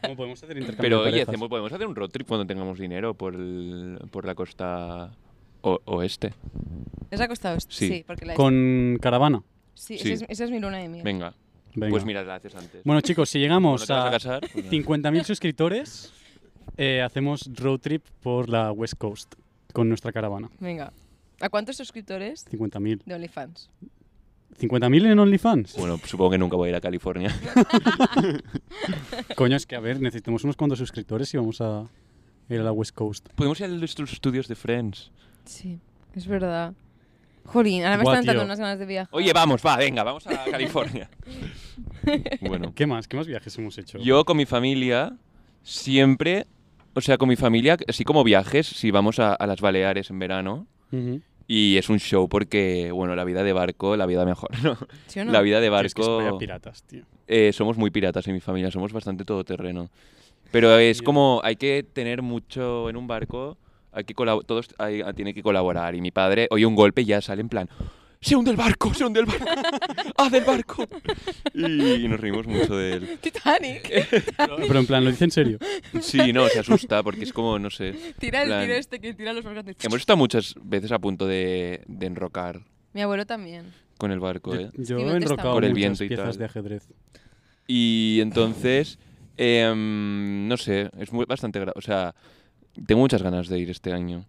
[SPEAKER 1] No, podemos hacer intercambio
[SPEAKER 2] Pero
[SPEAKER 1] de
[SPEAKER 2] oye,
[SPEAKER 1] parejas.
[SPEAKER 2] hacemos- podemos hacer un road trip cuando tengamos dinero por, el- por la costa o- oeste.
[SPEAKER 3] ¿Os ha costado esto?
[SPEAKER 2] Sí.
[SPEAKER 3] Sí, porque la...
[SPEAKER 1] Con caravana.
[SPEAKER 3] Sí,
[SPEAKER 2] Sí.
[SPEAKER 3] Esa, es, esa es mi luna de miel.
[SPEAKER 2] Venga.
[SPEAKER 1] Venga.
[SPEAKER 2] Pues mira, la haces antes.
[SPEAKER 1] Bueno, chicos, si
[SPEAKER 2] Como
[SPEAKER 1] llegamos
[SPEAKER 2] no te vas a
[SPEAKER 1] a
[SPEAKER 2] casar, pues nada.
[SPEAKER 1] 50.000 suscriptores, eh, hacemos road trip por la West Coast con nuestra caravana.
[SPEAKER 3] Venga. ¿A cuántos suscriptores
[SPEAKER 1] 50.000.
[SPEAKER 3] de OnlyFans?
[SPEAKER 1] 50.000 en OnlyFans.
[SPEAKER 2] Pues Bueno, supongo que nunca voy a ir a California.
[SPEAKER 1] Coño, es que a ver, necesitamos unos cuantos suscriptores y vamos a ir a la West Coast.
[SPEAKER 2] Podemos ir a nuestros estudios de Friends.
[SPEAKER 3] Sí, es verdad. Jolín, ahora me
[SPEAKER 1] Buah,
[SPEAKER 3] están dando
[SPEAKER 1] tío.
[SPEAKER 3] unas ganas de viajar.
[SPEAKER 2] Oye, vamos, va, venga, vamos a California. Bueno.
[SPEAKER 1] ¿Qué más? ¿Qué más viajes hemos hecho?
[SPEAKER 2] Yo con mi familia siempre, o sea, con mi familia, así como viajes, si vamos a, a las Baleares en verano,
[SPEAKER 1] Ujú.
[SPEAKER 2] y es un show porque, bueno, la vida de barco, la vida mejor, ¿no?
[SPEAKER 3] ¿Sí o no?
[SPEAKER 2] La vida de
[SPEAKER 1] Tío, es que es vaya
[SPEAKER 2] barco...
[SPEAKER 1] piratas, tío.
[SPEAKER 2] eh, somos muy piratas en mi familia, somos bastante todoterreno. Pero es
[SPEAKER 1] Bien.
[SPEAKER 2] como, hay que tener mucho en un barco, hay que colab- todos hay- tienen que colaborar. Y mi padre oye un golpe y ya sale en plan, se hunde el barco, se hunde el barco, haz el barco. Y, y nos reímos mucho de él. Eh,
[SPEAKER 3] Titanic.
[SPEAKER 1] Pero en plan, lo dice en serio.
[SPEAKER 2] Sí, no, se asusta porque es como, no sé.
[SPEAKER 3] Tira el
[SPEAKER 2] Plan.
[SPEAKER 3] tiro este que tira los barcos. de-
[SPEAKER 2] Hemos estado muchas veces a punto de, de enrocar
[SPEAKER 3] Mi abuelo también.
[SPEAKER 2] con el barco,
[SPEAKER 1] Yo,
[SPEAKER 2] ¿eh?
[SPEAKER 1] yo
[SPEAKER 3] Steven
[SPEAKER 1] he enrocado
[SPEAKER 3] Por
[SPEAKER 2] el
[SPEAKER 1] muchas
[SPEAKER 2] viento y
[SPEAKER 1] piezas
[SPEAKER 2] tal.
[SPEAKER 1] de ajedrez.
[SPEAKER 2] Y entonces, em, no sé, es muy, bastante... gra- O sea, tengo muchas ganas de ir este año.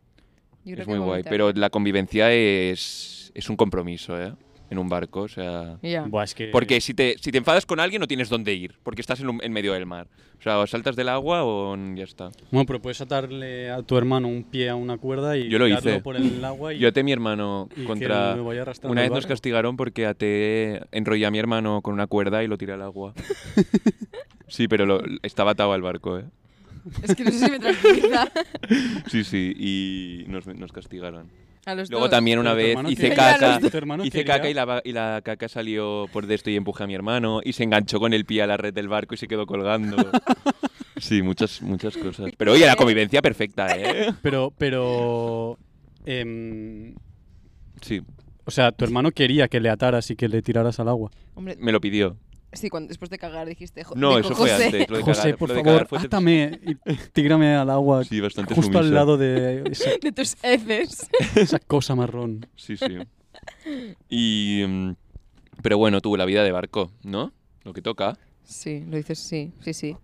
[SPEAKER 3] Yo creo
[SPEAKER 2] Es
[SPEAKER 3] que
[SPEAKER 2] muy guay,
[SPEAKER 3] vomitar.
[SPEAKER 2] pero la convivencia es, es un compromiso, ¿eh? En un barco, o sea...
[SPEAKER 3] Ya.
[SPEAKER 1] Buah, es que...
[SPEAKER 2] Porque si te, si te enfadas con alguien no tienes dónde ir, porque estás en, un- en medio del mar. O sea, o saltas del agua o n- ya está.
[SPEAKER 1] Bueno, pero puedes atarle a tu hermano un pie a una cuerda y
[SPEAKER 2] Yo lo
[SPEAKER 1] tirarlo
[SPEAKER 2] hice.
[SPEAKER 1] por el agua y,
[SPEAKER 2] Yo até a mi hermano
[SPEAKER 1] y que
[SPEAKER 2] contra...
[SPEAKER 1] me vaya arrastrando
[SPEAKER 2] Una
[SPEAKER 1] el
[SPEAKER 2] vez nos
[SPEAKER 1] barco.
[SPEAKER 2] castigaron porque até enrollé a mi hermano con una cuerda y lo tiré al agua. Sí, pero lo- estaba atado al barco, ¿eh?
[SPEAKER 3] Es que no sé si me tranquiliza.
[SPEAKER 2] Sí, sí, y nos, nos castigaron.
[SPEAKER 3] A los
[SPEAKER 2] Luego
[SPEAKER 3] dos.
[SPEAKER 2] también una
[SPEAKER 1] Pero tu
[SPEAKER 2] vez
[SPEAKER 1] hermano
[SPEAKER 2] hice
[SPEAKER 1] quería-
[SPEAKER 2] caca.
[SPEAKER 1] Tu hermano
[SPEAKER 2] Hice
[SPEAKER 1] quería-
[SPEAKER 2] caca y la, va- y la caca salió por de esto y empujé a mi hermano y se enganchó con el pie a la red del barco y se quedó colgando. Sí, muchas, muchas cosas. Pero oye, la convivencia perfecta, ¿eh?
[SPEAKER 1] Pero, pero... em,
[SPEAKER 2] Sí,
[SPEAKER 1] o sea, tu hermano quería que le ataras y que le tiraras al agua.
[SPEAKER 3] Hombre,
[SPEAKER 2] me lo pidió.
[SPEAKER 3] sí, cuando, después de cagar dijiste. jo-
[SPEAKER 2] No,
[SPEAKER 3] dijo
[SPEAKER 2] eso fue
[SPEAKER 3] José.
[SPEAKER 2] antes. Lo de
[SPEAKER 1] José,
[SPEAKER 2] cagar-
[SPEAKER 1] por
[SPEAKER 2] lo de
[SPEAKER 1] favor,
[SPEAKER 2] cagar fue-
[SPEAKER 1] átame y tírame al agua
[SPEAKER 2] Sí, bastante
[SPEAKER 1] justo al
[SPEAKER 2] sumiso.
[SPEAKER 1] lado de esa,
[SPEAKER 3] De tus heces.
[SPEAKER 1] esa cosa marrón.
[SPEAKER 2] Sí, sí. Y... mm, Pero bueno, tú, la vida de barco, ¿no? Lo que toca.
[SPEAKER 3] Sí, lo dices sí, sí, sí.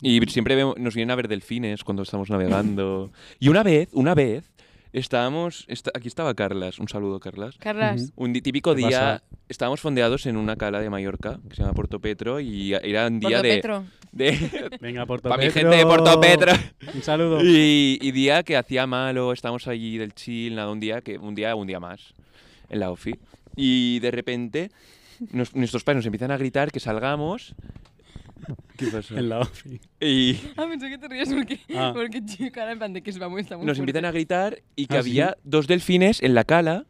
[SPEAKER 2] Y siempre vemos- nos vienen a ver delfines cuando estamos navegando. Y una vez, una vez, estábamos... esta- aquí estaba Carlas. Un saludo, Carlas.
[SPEAKER 3] Carlas,
[SPEAKER 1] Ujú.
[SPEAKER 2] Un di- típico
[SPEAKER 1] ¿Qué
[SPEAKER 2] día,
[SPEAKER 1] pasa?
[SPEAKER 2] estábamos fondeados en una cala de Mallorca que se llama Porto Petro y era un
[SPEAKER 3] Porto
[SPEAKER 2] día de...
[SPEAKER 3] Petro.
[SPEAKER 2] de-
[SPEAKER 1] Venga, Porto
[SPEAKER 2] pa' mi
[SPEAKER 1] Petro.
[SPEAKER 2] gente de Porto Petro.
[SPEAKER 1] Un saludo.
[SPEAKER 2] Y, y día que hacía malo, estábamos allí del chill, nada, un día, que, un día, un día más en la ofi. Y de repente nos- nuestros padres nos empiezan a gritar que salgamos. ¿Qué pasa?
[SPEAKER 1] En la ofi.
[SPEAKER 2] Y
[SPEAKER 3] Ah, pensé que te rías porque,
[SPEAKER 1] Ah.
[SPEAKER 3] porque cara en plan de que se va muy, está muy
[SPEAKER 2] nos
[SPEAKER 3] fuerte.
[SPEAKER 2] empiezan a gritar y que
[SPEAKER 1] ¿Ah, sí?
[SPEAKER 2] había dos delfines en la cala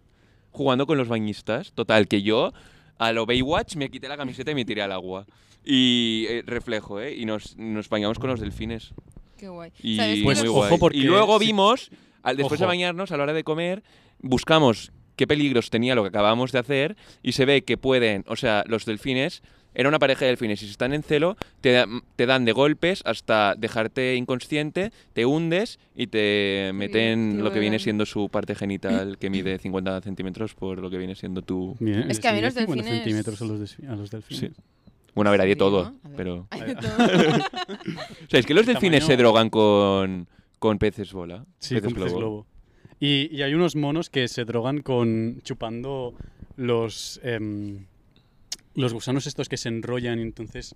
[SPEAKER 2] jugando con los bañistas. Total, que yo a lo Baywatch me quité la camiseta y me tiré al agua. Y eh, reflejo, ¿eh? Y nos, nos bañamos con los delfines.
[SPEAKER 3] Qué guay.
[SPEAKER 2] Y
[SPEAKER 3] ¿Sabes que
[SPEAKER 1] Pues
[SPEAKER 2] muy
[SPEAKER 3] los-
[SPEAKER 1] ojo,
[SPEAKER 2] guay.
[SPEAKER 1] porque
[SPEAKER 2] Y luego
[SPEAKER 1] si-
[SPEAKER 2] vimos, al, después de
[SPEAKER 1] Ojo.
[SPEAKER 2] bañarnos, a la hora de comer, buscamos qué peligros tenía lo que acabamos de hacer y se ve que pueden, o sea, los delfines, era una pareja de delfines y si están en celo, te, da- te dan de golpes hasta dejarte inconsciente, te hundes y te meten
[SPEAKER 3] bien,
[SPEAKER 2] lo que viene
[SPEAKER 3] tiburón.
[SPEAKER 2] siendo su parte genital que mide 50 centímetros por lo que viene siendo tu...
[SPEAKER 1] Bien,
[SPEAKER 3] Es que a mí
[SPEAKER 1] les
[SPEAKER 3] los
[SPEAKER 1] mide 50
[SPEAKER 3] delfines-
[SPEAKER 1] centímetros a los, desfi- a los delfines.
[SPEAKER 2] Sí. Bueno, a ver, hay de
[SPEAKER 3] Sí,
[SPEAKER 2] todo,
[SPEAKER 3] ¿no? A ver.
[SPEAKER 2] pero...
[SPEAKER 3] Hay de todo.
[SPEAKER 2] O sea, es que los
[SPEAKER 1] El
[SPEAKER 2] delfines se
[SPEAKER 1] Este tamaño-
[SPEAKER 2] drogan con, con peces bola.
[SPEAKER 1] Sí, con peces globo. Y, y hay unos monos que se drogan con chupando los em, los gusanos estos que se enrollan y entonces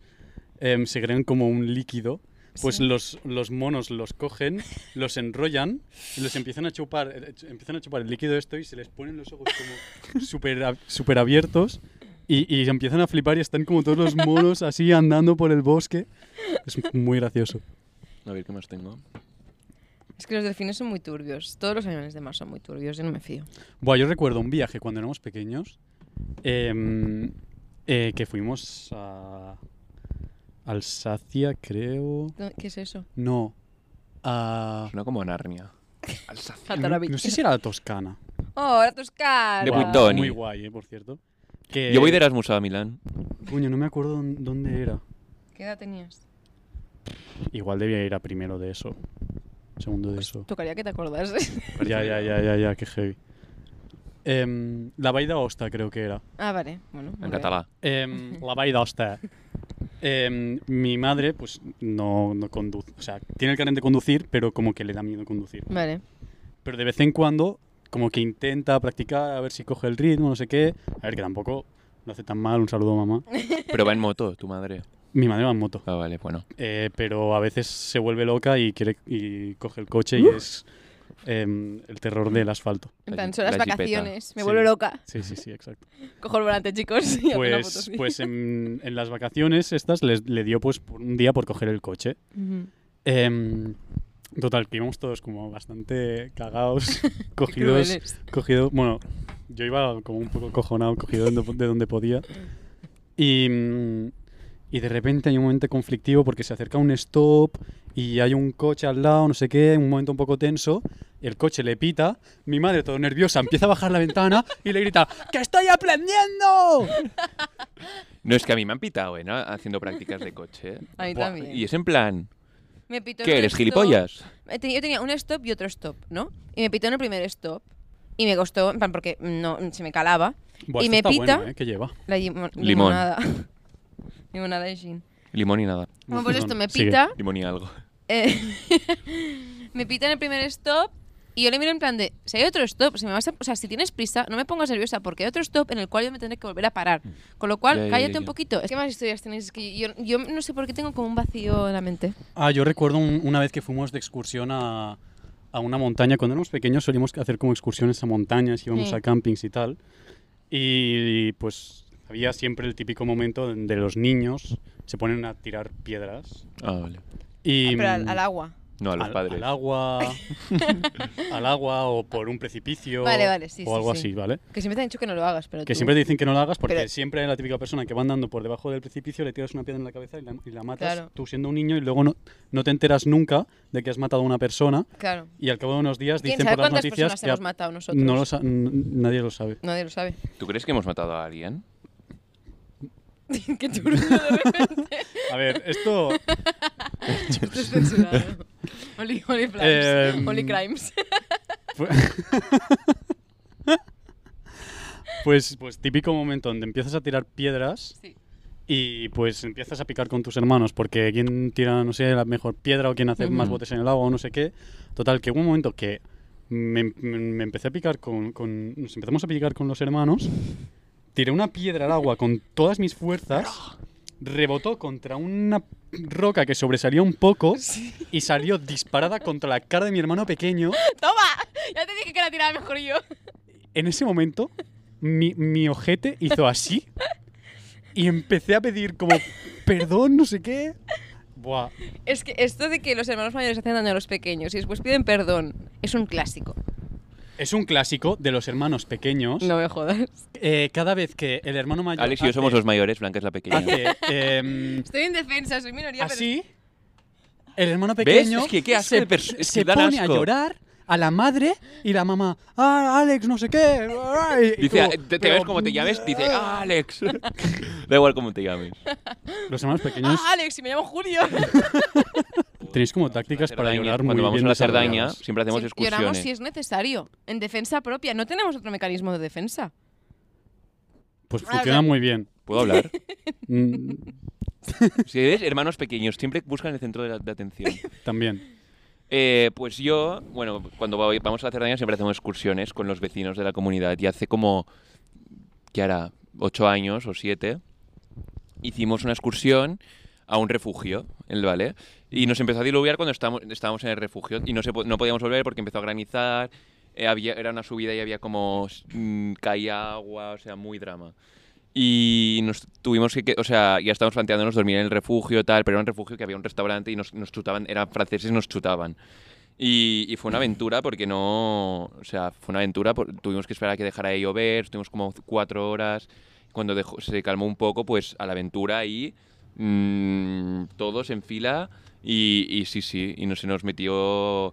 [SPEAKER 1] em, se crean como un líquido. Pues
[SPEAKER 3] Sí.
[SPEAKER 1] los, los monos los cogen, los enrollan y los empiezan a chupar, eh, ch- empiezan a chupar el líquido esto y se les ponen los ojos como súper a- súper abiertos y, y empiezan a flipar y están como todos los monos así andando por el bosque. Es muy gracioso.
[SPEAKER 2] A ver, ¿qué más tengo?
[SPEAKER 3] Es que los delfines son muy turbios. Todos los animales de mar son muy turbios. Yo no me fío.
[SPEAKER 1] Buah, yo recuerdo un viaje cuando éramos pequeños em, eh, que fuimos a Alsacia, creo.
[SPEAKER 3] ¿Qué es eso?
[SPEAKER 1] No, a.
[SPEAKER 2] Suena como a Narnia.
[SPEAKER 3] Hatarabi.
[SPEAKER 1] No sé si era la Toscana.
[SPEAKER 3] ¡Oh, la Toscana!
[SPEAKER 2] De
[SPEAKER 1] Buah,
[SPEAKER 2] Buitoni.
[SPEAKER 1] Muy guay, eh, por cierto. Que-
[SPEAKER 2] Yo voy de Erasmus a Milán.
[SPEAKER 1] Coño, no me acuerdo dón- dónde era.
[SPEAKER 3] ¿Qué edad tenías?
[SPEAKER 1] Igual debía ir a primero de eso. Segundo
[SPEAKER 2] Pues
[SPEAKER 1] de eso.
[SPEAKER 3] Tocaría que te acordases.
[SPEAKER 1] Ya, ya, ya, ya, ya, qué heavy. Em, la Vall d'Aosta creo que era.
[SPEAKER 3] Ah, vale. Bueno, muy
[SPEAKER 2] En
[SPEAKER 3] bien.
[SPEAKER 2] catalá.
[SPEAKER 1] Em, la vall d'Aosta. Em, mi madre, pues, no, no conduce. O sea, tiene el carnet de conducir, pero como que le da miedo conducir.
[SPEAKER 3] Vale.
[SPEAKER 1] Pero de vez en cuando, como que intenta practicar, a ver si coge el ritmo, no sé qué. A ver, que tampoco lo hace tan mal. Un saludo, mamá.
[SPEAKER 2] Pero va en moto, tu madre.
[SPEAKER 1] Mi madre va en moto.
[SPEAKER 2] Ah, vale, bueno.
[SPEAKER 1] Eh, pero a veces se vuelve loca y quiere y coge el coche y es em, el terror del asfalto.
[SPEAKER 3] En
[SPEAKER 2] La
[SPEAKER 3] plan,
[SPEAKER 2] ji-
[SPEAKER 3] son las
[SPEAKER 2] la jipeta.
[SPEAKER 3] vacaciones. Me
[SPEAKER 1] Sí.
[SPEAKER 3] vuelvo loca.
[SPEAKER 1] Sí, sí, sí, exacto.
[SPEAKER 3] Cojo el volante, chicos. y hago una
[SPEAKER 1] Pues,
[SPEAKER 3] foto así.
[SPEAKER 1] pues en, en las vacaciones estas les, le dio pues por un día por coger el coche.
[SPEAKER 3] Ujú.
[SPEAKER 1] Em, total, que íbamos todos como bastante cagados,
[SPEAKER 3] Qué
[SPEAKER 1] cogidos,
[SPEAKER 3] crueles.
[SPEAKER 1] cogido, bueno, yo iba como un poco cojonado, cogido de donde, de donde podía. Y, mm, y de repente hay un momento conflictivo porque se acerca un stop y hay un coche al lado, no sé qué, un momento un poco tenso. El coche le pita, mi madre, todo nerviosa, empieza a bajar la ventana y le grita: ¡Que estoy aprendiendo!
[SPEAKER 2] No, es que a mí me han pitado, ¿eh? ¿no? Haciendo prácticas de coche.
[SPEAKER 3] A mí
[SPEAKER 1] Buah,
[SPEAKER 3] también.
[SPEAKER 2] Y es en plan,
[SPEAKER 3] Me pitó en
[SPEAKER 2] ¿qué
[SPEAKER 3] el
[SPEAKER 2] eres,
[SPEAKER 3] stop.
[SPEAKER 2] gilipollas?
[SPEAKER 3] Eh, te- Yo tenía un stop y otro stop, ¿no? Y me pitó en el primer stop. Y me costó, en plan, porque no, se me calaba.
[SPEAKER 1] Buah,
[SPEAKER 3] Y
[SPEAKER 1] esto
[SPEAKER 3] me
[SPEAKER 1] está
[SPEAKER 3] pita.
[SPEAKER 1] bueno, ¿eh? que lleva.
[SPEAKER 3] La limo-
[SPEAKER 2] Limón.
[SPEAKER 3] limonada. limonada y gin.
[SPEAKER 2] Limón y nada.
[SPEAKER 3] Bueno, pues esto me
[SPEAKER 1] Sigue.
[SPEAKER 3] pita.
[SPEAKER 2] Limón y algo.
[SPEAKER 3] eh, me pita en el primer stop. Y yo le miro en plan de, si hay otro stop, si me vas a- o sea, si tienes prisa, no me pongas nerviosa porque hay otro stop en el cual yo me tendré que volver a parar. Con lo cual,
[SPEAKER 2] Mm. Ya, ya,
[SPEAKER 3] cállate
[SPEAKER 2] ya.
[SPEAKER 3] un poquito. ¿Qué más historias tenéis? Es que yo, yo no sé por qué tengo como un vacío en la mente.
[SPEAKER 1] Ah, yo recuerdo un- una vez que fuimos de excursión a, a una montaña. Cuando éramos pequeños solíamos hacer como excursiones a montañas, íbamos
[SPEAKER 3] Sí.
[SPEAKER 1] a campings y tal. Y pues había siempre el típico momento donde los niños se ponen a tirar piedras.
[SPEAKER 2] Ah, vale.
[SPEAKER 1] Y,
[SPEAKER 3] Pero al,
[SPEAKER 1] mm,
[SPEAKER 3] al agua.
[SPEAKER 2] No, a los
[SPEAKER 1] al-
[SPEAKER 2] padres.
[SPEAKER 1] Al agua, al agua o por un precipicio.
[SPEAKER 3] Vale, vale, sí,
[SPEAKER 1] O
[SPEAKER 3] sí,
[SPEAKER 1] algo
[SPEAKER 3] sí.
[SPEAKER 1] así, ¿vale?
[SPEAKER 3] Que siempre te han dicho que no lo hagas, pero
[SPEAKER 1] Que
[SPEAKER 3] tú-
[SPEAKER 1] siempre te dicen que no lo hagas porque
[SPEAKER 3] Pero-
[SPEAKER 1] siempre hay la típica persona que va andando por debajo del precipicio, le tiras una piedra en la cabeza y la, y la matas
[SPEAKER 3] Claro.
[SPEAKER 1] tú siendo un niño y luego no, no te enteras nunca de que has matado a una persona
[SPEAKER 3] Claro.
[SPEAKER 1] y al cabo de unos días
[SPEAKER 3] ¿Quién
[SPEAKER 1] dicen
[SPEAKER 3] sabe
[SPEAKER 1] por las
[SPEAKER 3] cuántas
[SPEAKER 1] noticias
[SPEAKER 3] personas
[SPEAKER 1] que
[SPEAKER 3] hemos
[SPEAKER 1] ha-
[SPEAKER 3] matado nosotros?
[SPEAKER 1] no lo sa- n- nadie lo sabe.
[SPEAKER 3] Nadie lo sabe.
[SPEAKER 2] ¿Tú crees que hemos matado a alguien?
[SPEAKER 3] Qué turbio de repente.
[SPEAKER 1] A ver, esto...
[SPEAKER 3] Esto es censurado. Oli, Oli Flames.
[SPEAKER 1] Em,
[SPEAKER 3] Oli Crimes.
[SPEAKER 1] Pues, pues, pues típico momento donde empiezas a tirar piedras
[SPEAKER 3] Sí.
[SPEAKER 1] y pues empiezas a picar con tus hermanos porque quién tira, no sé, la mejor piedra o quién hace más
[SPEAKER 2] Ujú.
[SPEAKER 1] botes en el agua o no sé qué. Total, que hubo un momento que me, me- me empecé a picar con, con- Nos empezamos a picar con los hermanos, tiré una piedra al agua con todas mis fuerzas, rebotó contra una roca que sobresalía un poco y salió disparada contra la cara de mi hermano pequeño.
[SPEAKER 3] ¡Toma! Ya te dije que la tiraba mejor yo.
[SPEAKER 1] En ese momento, mi, mi ojete hizo así y empecé a pedir como perdón, no sé qué. Buah,
[SPEAKER 3] Es que esto de que los hermanos mayores hacen daño a los pequeños y después piden perdón es un clásico.
[SPEAKER 1] es un clásico de los hermanos pequeños.
[SPEAKER 3] No me jodas.
[SPEAKER 1] Eh, cada vez que el hermano mayor
[SPEAKER 2] Alex y yo
[SPEAKER 1] hace-
[SPEAKER 2] somos los mayores, Blanca es la pequeña.
[SPEAKER 1] hace, em,
[SPEAKER 3] Estoy indefensa, soy minoría,
[SPEAKER 1] así, el hermano pequeño
[SPEAKER 2] Es que qué asco
[SPEAKER 1] se,
[SPEAKER 2] de pers- es
[SPEAKER 1] se
[SPEAKER 2] que dan
[SPEAKER 1] pone
[SPEAKER 2] asco.
[SPEAKER 1] a llorar a la madre y la mamá, ah, Alex, no sé qué. ah", y- y
[SPEAKER 2] Dice,
[SPEAKER 1] como,
[SPEAKER 2] ah, te, te
[SPEAKER 1] pero-
[SPEAKER 2] ves como te llames, dice, "Ah, Alex. da igual cómo te llames.
[SPEAKER 1] Los hermanos pequeños
[SPEAKER 3] pero... ¡Ah, Alex! Y me llamo Julio.
[SPEAKER 1] tenéis como tácticas para
[SPEAKER 2] Cerdaña,
[SPEAKER 1] llorar muy
[SPEAKER 2] Cuando vamos
[SPEAKER 1] bien
[SPEAKER 2] a la Cerdaña,
[SPEAKER 1] desarrolladas.
[SPEAKER 2] siempre hacemos
[SPEAKER 3] Sí, Lloramos
[SPEAKER 2] excursiones.
[SPEAKER 3] si es necesario. En defensa propia. No tenemos otro mecanismo de defensa.
[SPEAKER 1] Pues
[SPEAKER 3] Ah, o sea-
[SPEAKER 1] funciona muy bien.
[SPEAKER 2] ¿Puedo hablar?
[SPEAKER 1] Mm,
[SPEAKER 2] si eres hermanos pequeños, siempre buscan el centro de, la- de atención.
[SPEAKER 1] También.
[SPEAKER 2] Eh, pues yo, bueno, cuando voy- vamos a la Cerdaña siempre hacemos excursiones con los vecinos de la comunidad. Y hace como, ¿qué hará? Ocho años o siete, hicimos una excursión a un refugio, el vale, y nos empezó a diluviar cuando estábamos, estábamos en el refugio y no, se po- no podíamos volver porque empezó a granizar, eh, había, era una subida y había como mm, caía agua, o sea, muy drama. Y nos tuvimos que, que- o sea, ya estábamos planteándonos dormir en el refugio, tal, pero era un refugio que había un restaurante y nos, nos chutaban, eran franceses y nos chutaban. Y, y fue una aventura porque no, o sea, fue una aventura, por- tuvimos que esperar a que dejara de llover, estuvimos como cuatro horas, cuando dejó- se calmó un poco, pues a la aventura y mm, todos en fila y, y sí, sí, y no se nos metió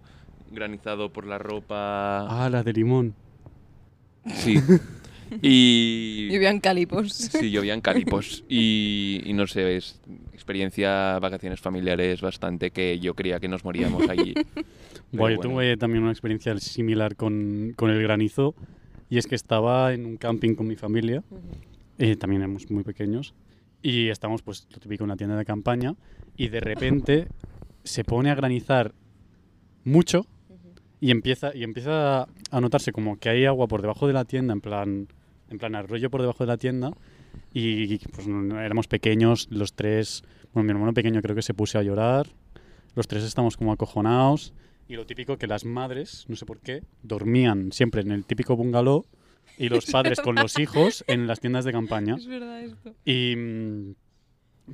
[SPEAKER 2] granizado por la ropa.
[SPEAKER 1] Ah, la de limón.
[SPEAKER 2] Sí. Y...
[SPEAKER 3] Llovían calipos.
[SPEAKER 2] Sí, llovían calipos. Y, y no sé, es experiencia, vacaciones familiares bastante que yo creía que nos moríamos allí. Pero
[SPEAKER 1] Bueno, yo
[SPEAKER 2] bueno.
[SPEAKER 1] tuve también una experiencia similar con, con el granizo. Y es que estaba en un camping con mi familia. eh, también éramos muy pequeños. Y estamos, pues, lo típico en la tienda de campaña. Y de repente se pone a granizar mucho. Y empieza, y empieza a notarse como que hay agua por debajo de la tienda, en plan, en plan arroyo por debajo de la tienda. Y pues no- no, éramos pequeños, los tres. Bueno, mi hermano pequeño creo que se puso a llorar. Los tres estamos como acojonados. Y lo típico que las madres, no sé por qué, dormían siempre en el típico bungalow y los
[SPEAKER 3] Es
[SPEAKER 1] padres con
[SPEAKER 3] verdad.
[SPEAKER 1] los hijos en las tiendas de campaña.
[SPEAKER 3] Es verdad esto.
[SPEAKER 1] Y mm,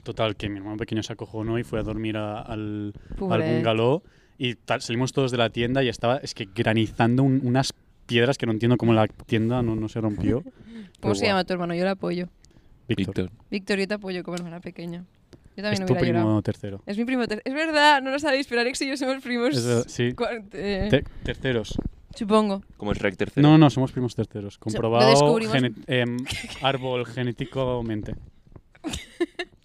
[SPEAKER 1] total, que mi hermano pequeño se acojonó y fue a dormir a- al, al
[SPEAKER 3] Pobre.
[SPEAKER 1] bungalow. Y tal, salimos todos de la tienda y estaba, es que granizando un- unas piedras que no entiendo cómo la tienda no, no se rompió.
[SPEAKER 3] ¿Cómo se
[SPEAKER 1] guau.
[SPEAKER 3] llama tu hermano? Yo le apoyo.
[SPEAKER 1] Víctor,
[SPEAKER 2] Víctor.
[SPEAKER 3] Víctor, yo te apoyo como hermana pequeña. Yo también
[SPEAKER 1] es tu
[SPEAKER 3] hubiera
[SPEAKER 1] primo
[SPEAKER 3] llorado.
[SPEAKER 1] tercero.
[SPEAKER 3] Es mi primo. ter- Es verdad, no lo sabéis, pero Alex y yo somos primos.
[SPEAKER 1] Es de- sí,
[SPEAKER 3] cuart- eh,
[SPEAKER 1] Te- terceros.
[SPEAKER 3] supongo.
[SPEAKER 2] Como es Rec tercero.
[SPEAKER 1] No, no, somos primos terceros. Comprobado
[SPEAKER 3] descubrimos-
[SPEAKER 1] gene- em, árbol genéticamente.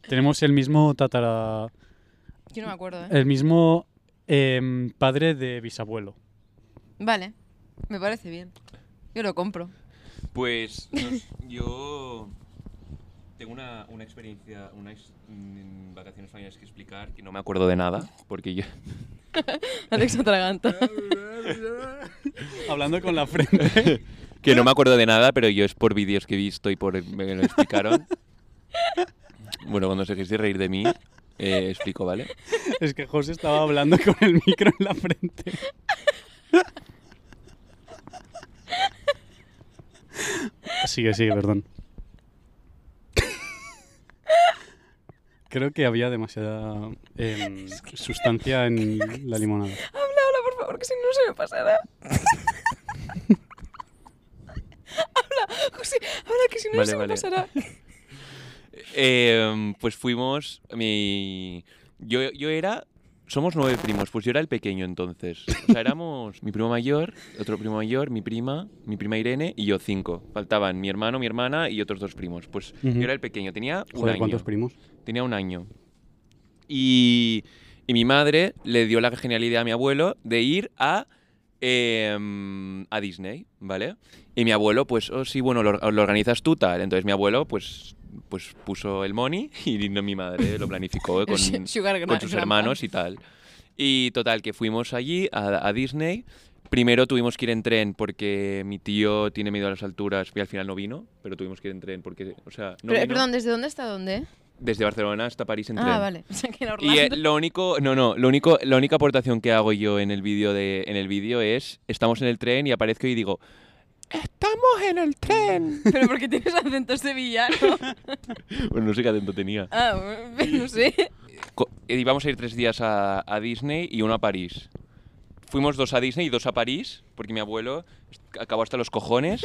[SPEAKER 1] Tenemos el mismo tatara...
[SPEAKER 3] Yo no me acuerdo, ¿eh?
[SPEAKER 1] El mismo em, padre de bisabuelo.
[SPEAKER 3] Vale, me parece bien. Yo lo compro.
[SPEAKER 2] Pues nos- yo tengo una, una experiencia, unas mm, vacaciones familiares que explicar que no me acuerdo de nada, porque yo...
[SPEAKER 3] Alex atraganta.
[SPEAKER 1] Hablando con la frente.
[SPEAKER 2] que no me acuerdo de nada, pero yo es por vídeos que he visto y por me lo explicaron. bueno, cuando os dejéis de reír de mí, eh, explico, ¿vale?
[SPEAKER 1] Es que José estaba hablando con el micro en la frente. Sigue, sigue, perdón. Creo que había demasiada em, sustancia en la limonada.
[SPEAKER 3] Habla, habla, por favor, que si no, no se me pasará. habla, José, habla, que si no, no
[SPEAKER 2] Vale,
[SPEAKER 3] se
[SPEAKER 2] vale.
[SPEAKER 3] me pasará.
[SPEAKER 2] Eh, pues fuimos, mi... Yo, yo era... Somos nueve primos, pues yo era el pequeño entonces. O sea, éramos mi primo mayor, otro primo mayor, mi prima, mi prima Irene y yo cinco. Faltaban mi hermano, mi hermana y otros dos primos. Pues
[SPEAKER 1] Ujú.
[SPEAKER 2] yo era el pequeño, tenía un
[SPEAKER 1] Joder,
[SPEAKER 2] año.
[SPEAKER 1] ¿cuántos primos?
[SPEAKER 2] Tenía un año. Y, y mi madre le dio la genial idea a mi abuelo de ir a, em, a Disney, ¿vale? Y mi abuelo, pues, oh, sí, bueno, lo, or- lo organizas tú tal. Entonces mi abuelo, pues, pues puso el money y no, mi madre lo planificó con,
[SPEAKER 3] Su- Sugar
[SPEAKER 2] con
[SPEAKER 3] Gra-
[SPEAKER 2] sus
[SPEAKER 3] Grandpa.
[SPEAKER 2] hermanos y tal. Y total, que fuimos allí a, a Disney. Primero tuvimos que ir en tren porque mi tío tiene miedo a las alturas y al final no vino, pero tuvimos que ir en tren porque, o sea, no
[SPEAKER 3] Pero, eh,
[SPEAKER 2] vino.
[SPEAKER 3] Perdón, ¿desde dónde hasta dónde?
[SPEAKER 2] Desde Barcelona hasta París en tren.
[SPEAKER 3] Ah, vale. O sea, que era
[SPEAKER 2] Y eh,
[SPEAKER 3] Orlando.
[SPEAKER 2] lo único, no, no, lo único, la única aportación que hago yo en el vídeo de, en el vídeo es, estamos en el tren y aparezco y digo, estamos en el tren.
[SPEAKER 3] Pero porque tienes acento sevillano.
[SPEAKER 2] bueno, "Pues no sé qué acento tenía.
[SPEAKER 3] Ah, bueno, no sé.
[SPEAKER 2] Co- eh, Íbamos a ir tres días a, a Disney y uno a París. Fuimos dos a Disney y dos a París, porque mi abuelo est- acabó hasta los cojones.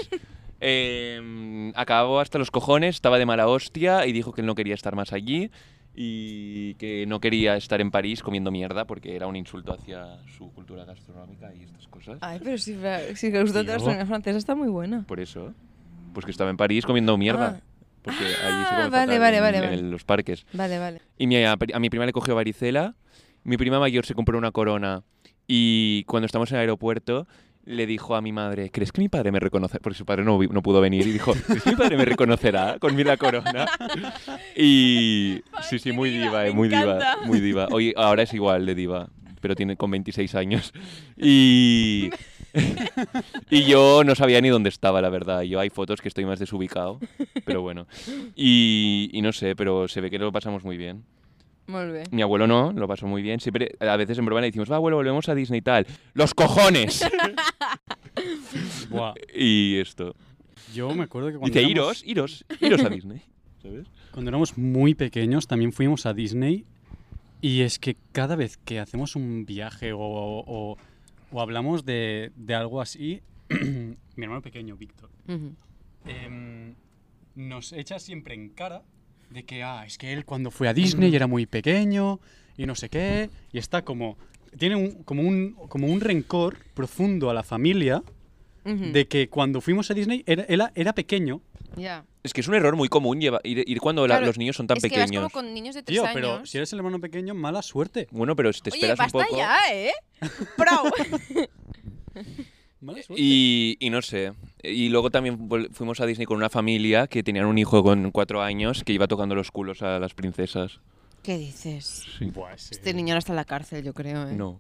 [SPEAKER 2] Em, acabó hasta los cojones, estaba de mala hostia y dijo que él no quería estar más allí y que no quería estar en París comiendo mierda porque era un insulto hacia su cultura gastronómica y estas cosas.
[SPEAKER 3] Ay, pero si, fra- si os gusta la
[SPEAKER 1] Diego.
[SPEAKER 3] gastronomía francesa está muy buena.
[SPEAKER 2] Por eso, pues que estaba en París comiendo mierda.
[SPEAKER 3] Ah.
[SPEAKER 2] Porque allí se
[SPEAKER 3] Ah,
[SPEAKER 2] come
[SPEAKER 3] vale,
[SPEAKER 2] fatal
[SPEAKER 3] vale,
[SPEAKER 2] en-
[SPEAKER 3] vale,
[SPEAKER 2] en
[SPEAKER 3] vale.
[SPEAKER 2] los parques.
[SPEAKER 3] Vale, vale.
[SPEAKER 2] Y mi- a, a mi prima le cogió varicela. Mi prima mayor se compró una corona. Y cuando estamos en el aeropuerto, le dijo a mi madre: ¿Crees que mi padre me reconoce? Porque su padre no, vi- no pudo venir. Y dijo: ¿Crees que mi padre me reconocerá con mi la corona? Y.
[SPEAKER 3] Ay,
[SPEAKER 2] Sí, sí,
[SPEAKER 3] qué
[SPEAKER 2] muy
[SPEAKER 3] diva,
[SPEAKER 2] diva,
[SPEAKER 3] me
[SPEAKER 2] eh, muy diva.
[SPEAKER 3] encanta.
[SPEAKER 2] Muy diva. Hoy, ahora es igual de diva, pero tiene con 26 años. Y. Y yo no sabía ni dónde estaba, la verdad. Yo hay fotos que estoy más desubicado, pero bueno. Y, y no sé, pero se ve que lo pasamos muy bien.
[SPEAKER 3] Muy bien.
[SPEAKER 2] Mi abuelo no, lo pasó muy bien. Siempre, a veces en broma le decimos, va, abuelo, volvemos a Disney y tal. ¡Los cojones!
[SPEAKER 1] Buah,
[SPEAKER 2] y esto.
[SPEAKER 1] yo me acuerdo que cuando
[SPEAKER 2] Dice,
[SPEAKER 1] éramos,
[SPEAKER 2] iros, iros, iros a Disney. ¿Sabes?
[SPEAKER 1] cuando éramos muy pequeños también fuimos a Disney y es que cada vez que hacemos un viaje o, o- o hablamos de, de algo así, mi hermano pequeño, Víctor,
[SPEAKER 3] Ujú.
[SPEAKER 1] em, nos echa siempre en cara de que, ah, es que él cuando fue a Disney era muy pequeño y no sé qué, y está como, tiene un- como, un, como un rencor profundo a la familia
[SPEAKER 3] Ujú.
[SPEAKER 1] de que cuando fuimos a Disney era, era, era pequeño,
[SPEAKER 3] Ya.
[SPEAKER 2] Es que es un error muy común lleva- ir, ir cuando la-
[SPEAKER 3] Claro,
[SPEAKER 2] los niños son tan
[SPEAKER 3] es
[SPEAKER 2] pequeños.
[SPEAKER 3] que vas como con niños de tres
[SPEAKER 1] tío,
[SPEAKER 3] años.
[SPEAKER 1] pero si eres el hermano pequeño, mala suerte.
[SPEAKER 2] Bueno, pero si te
[SPEAKER 3] Oye,
[SPEAKER 2] esperas un
[SPEAKER 3] basta
[SPEAKER 2] poco.
[SPEAKER 3] ya, ¿eh? Bravo. Eh,
[SPEAKER 1] Mala suerte.
[SPEAKER 2] Y, y no sé. Y luego también vol- fuimos a Disney con una familia que tenían un hijo con cuatro años que iba tocando los culos a las princesas.
[SPEAKER 3] ¿Qué dices?
[SPEAKER 1] Buah, ese-
[SPEAKER 3] Este niño no está en la cárcel, yo creo, ¿eh?
[SPEAKER 2] No.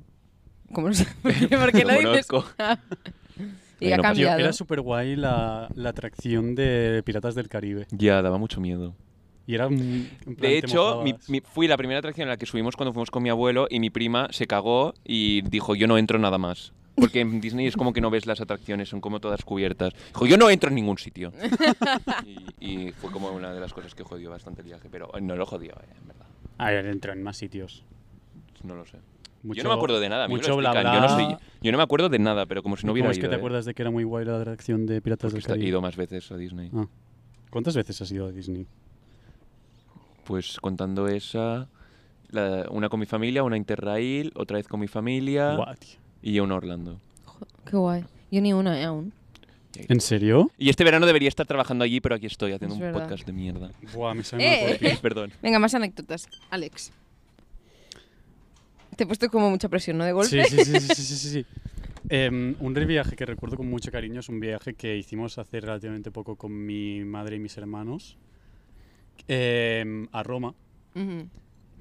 [SPEAKER 3] ¿Cómo lo sabes? ¿Por qué, por qué
[SPEAKER 2] Lo
[SPEAKER 3] lo dices?
[SPEAKER 2] conozco.
[SPEAKER 3] y ha
[SPEAKER 2] Bueno,
[SPEAKER 1] Tío,
[SPEAKER 3] cambiado.
[SPEAKER 1] era súper guay la, la atracción de Piratas del Caribe.
[SPEAKER 2] Ya, daba mucho miedo.
[SPEAKER 1] Y era un. en plan,
[SPEAKER 2] De
[SPEAKER 1] te
[SPEAKER 2] hecho, mi-
[SPEAKER 1] mojabas.
[SPEAKER 2] mi- fui la primera atracción en la que subimos cuando fuimos con mi abuelo y mi prima se cagó y dijo, yo no entro nada más. Porque en Disney es como que no ves las atracciones, son como todas cubiertas. Dijo, yo no entro en ningún sitio. y, y fue como una de las cosas que jodió bastante el viaje, pero no lo jodió, eh, en verdad.
[SPEAKER 1] A ver, entró en más sitios.
[SPEAKER 2] No lo sé.
[SPEAKER 1] Mucho-
[SPEAKER 2] yo no me acuerdo de nada. a mí me lo
[SPEAKER 1] Mucho bla
[SPEAKER 2] explican.
[SPEAKER 1] bla.
[SPEAKER 2] Yo, no soy- yo no me acuerdo de nada, pero como si no hubiera
[SPEAKER 1] ¿Cómo es que
[SPEAKER 2] ido,
[SPEAKER 1] te
[SPEAKER 2] eh,
[SPEAKER 1] acuerdas de que era muy guay la atracción de Piratas
[SPEAKER 2] porque
[SPEAKER 1] del
[SPEAKER 2] he esta- he
[SPEAKER 1] Caribe?
[SPEAKER 2] ido más veces a Disney.
[SPEAKER 1] Ah. ¿Cuántas veces has ido a Disney?
[SPEAKER 2] Pues contando esa, la- una con mi familia, una Interrail, otra vez con mi familia
[SPEAKER 1] Buah, tío.
[SPEAKER 2] y una Orlando.
[SPEAKER 3] Qué guay. Yo ni una eh, aún.
[SPEAKER 1] ¿En serio?
[SPEAKER 2] Y este verano debería estar trabajando allí, pero aquí estoy haciendo
[SPEAKER 3] Es
[SPEAKER 2] un
[SPEAKER 3] verdad.
[SPEAKER 2] podcast de mierda.
[SPEAKER 1] Buah, me sale
[SPEAKER 3] Eh.
[SPEAKER 1] mal por ti.
[SPEAKER 2] Perdón.
[SPEAKER 3] Venga, más anécdotas. Alex. Te he puesto como mucha presión, ¿no? De golpe.
[SPEAKER 1] Sí, sí, sí, sí, sí, sí, sí, sí. Em, un viaje que recuerdo con mucho cariño es un viaje que hicimos hace relativamente poco con mi madre y mis hermanos em, a Roma.
[SPEAKER 3] Ujú.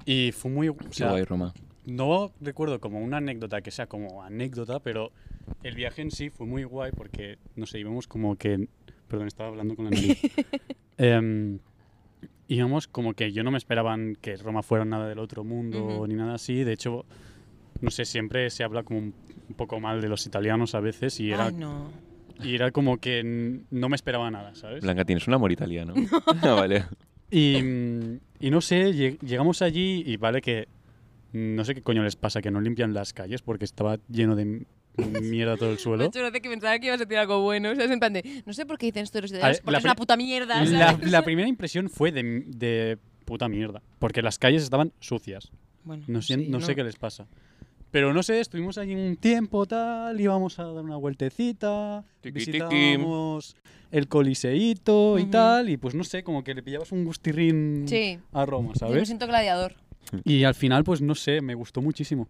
[SPEAKER 1] Y fue muy... o sea,
[SPEAKER 2] Qué guay, Roma.
[SPEAKER 1] no recuerdo como una anécdota que sea como anécdota, pero el viaje en sí fue muy guay porque, no sé, íbamos como que... Perdón, estaba hablando con la nariz. Em, íbamos como que yo no me esperaban que Roma fuera nada del otro mundo
[SPEAKER 3] Ujú.
[SPEAKER 1] ni nada así. De hecho, no sé, siempre se habla como un, un poco mal de los italianos a veces y era,
[SPEAKER 3] Ay, no.
[SPEAKER 1] y era como que n- no me esperaba nada, ¿sabes?
[SPEAKER 2] Pues Blanca, tienes un amor italiano. ah, vale.
[SPEAKER 1] Y, mm, y no sé, lleg- llegamos allí y vale que mm, no sé qué coño les pasa, que no limpian las calles porque estaba lleno de m- mierda todo el
[SPEAKER 3] Me ha
[SPEAKER 1] suelo.
[SPEAKER 3] hecho gracia que pensaba que ibas a decir algo bueno. O sea, es en plan de, no sé por qué dicen esto de los italianos,
[SPEAKER 1] A ver,
[SPEAKER 3] porque
[SPEAKER 1] la
[SPEAKER 3] es una
[SPEAKER 1] pri-
[SPEAKER 3] puta mierda. ¿sabes?
[SPEAKER 1] La, la primera impresión fue de, m- de puta mierda, porque las calles estaban sucias.
[SPEAKER 3] Bueno,
[SPEAKER 1] No sé,
[SPEAKER 3] sí,
[SPEAKER 1] no sé qué les pasa. Pero no sé, estuvimos allí un tiempo tal, íbamos a dar una vueltecita,
[SPEAKER 2] Tiqui, tiqui.
[SPEAKER 1] visitábamos el coliseíto y
[SPEAKER 3] Ujú.
[SPEAKER 1] tal, y pues no sé, como que le pillabas un gustirrín
[SPEAKER 3] Sí.
[SPEAKER 1] a Roma,
[SPEAKER 3] Yo me
[SPEAKER 1] ¿sabes?
[SPEAKER 3] siento gladiador.
[SPEAKER 1] Y al final, pues no sé, me gustó muchísimo.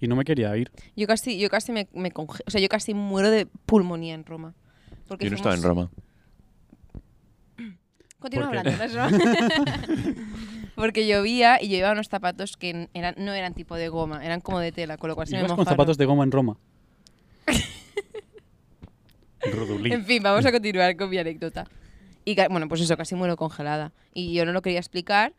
[SPEAKER 1] Y no me quería ir.
[SPEAKER 3] Yo casi, yo casi me, me conge- O sea, yo casi muero de pulmonía en Roma. Porque
[SPEAKER 2] Yo no estaba en
[SPEAKER 3] fuimos-
[SPEAKER 2] Roma.
[SPEAKER 3] Continúa
[SPEAKER 1] ¿Por qué?
[SPEAKER 3] hablando, ¿no? Porque llovía y yo llevaba unos zapatos que n- eran, no eran tipo de goma, eran como de tela, con lo cual se me
[SPEAKER 1] Ibas con
[SPEAKER 3] mojaron.
[SPEAKER 1] zapatos de goma en Roma. Rodulí.
[SPEAKER 3] En fin, vamos a continuar con mi anécdota. Y ca- bueno, pues eso, casi muero congelada. Y yo no lo quería explicar.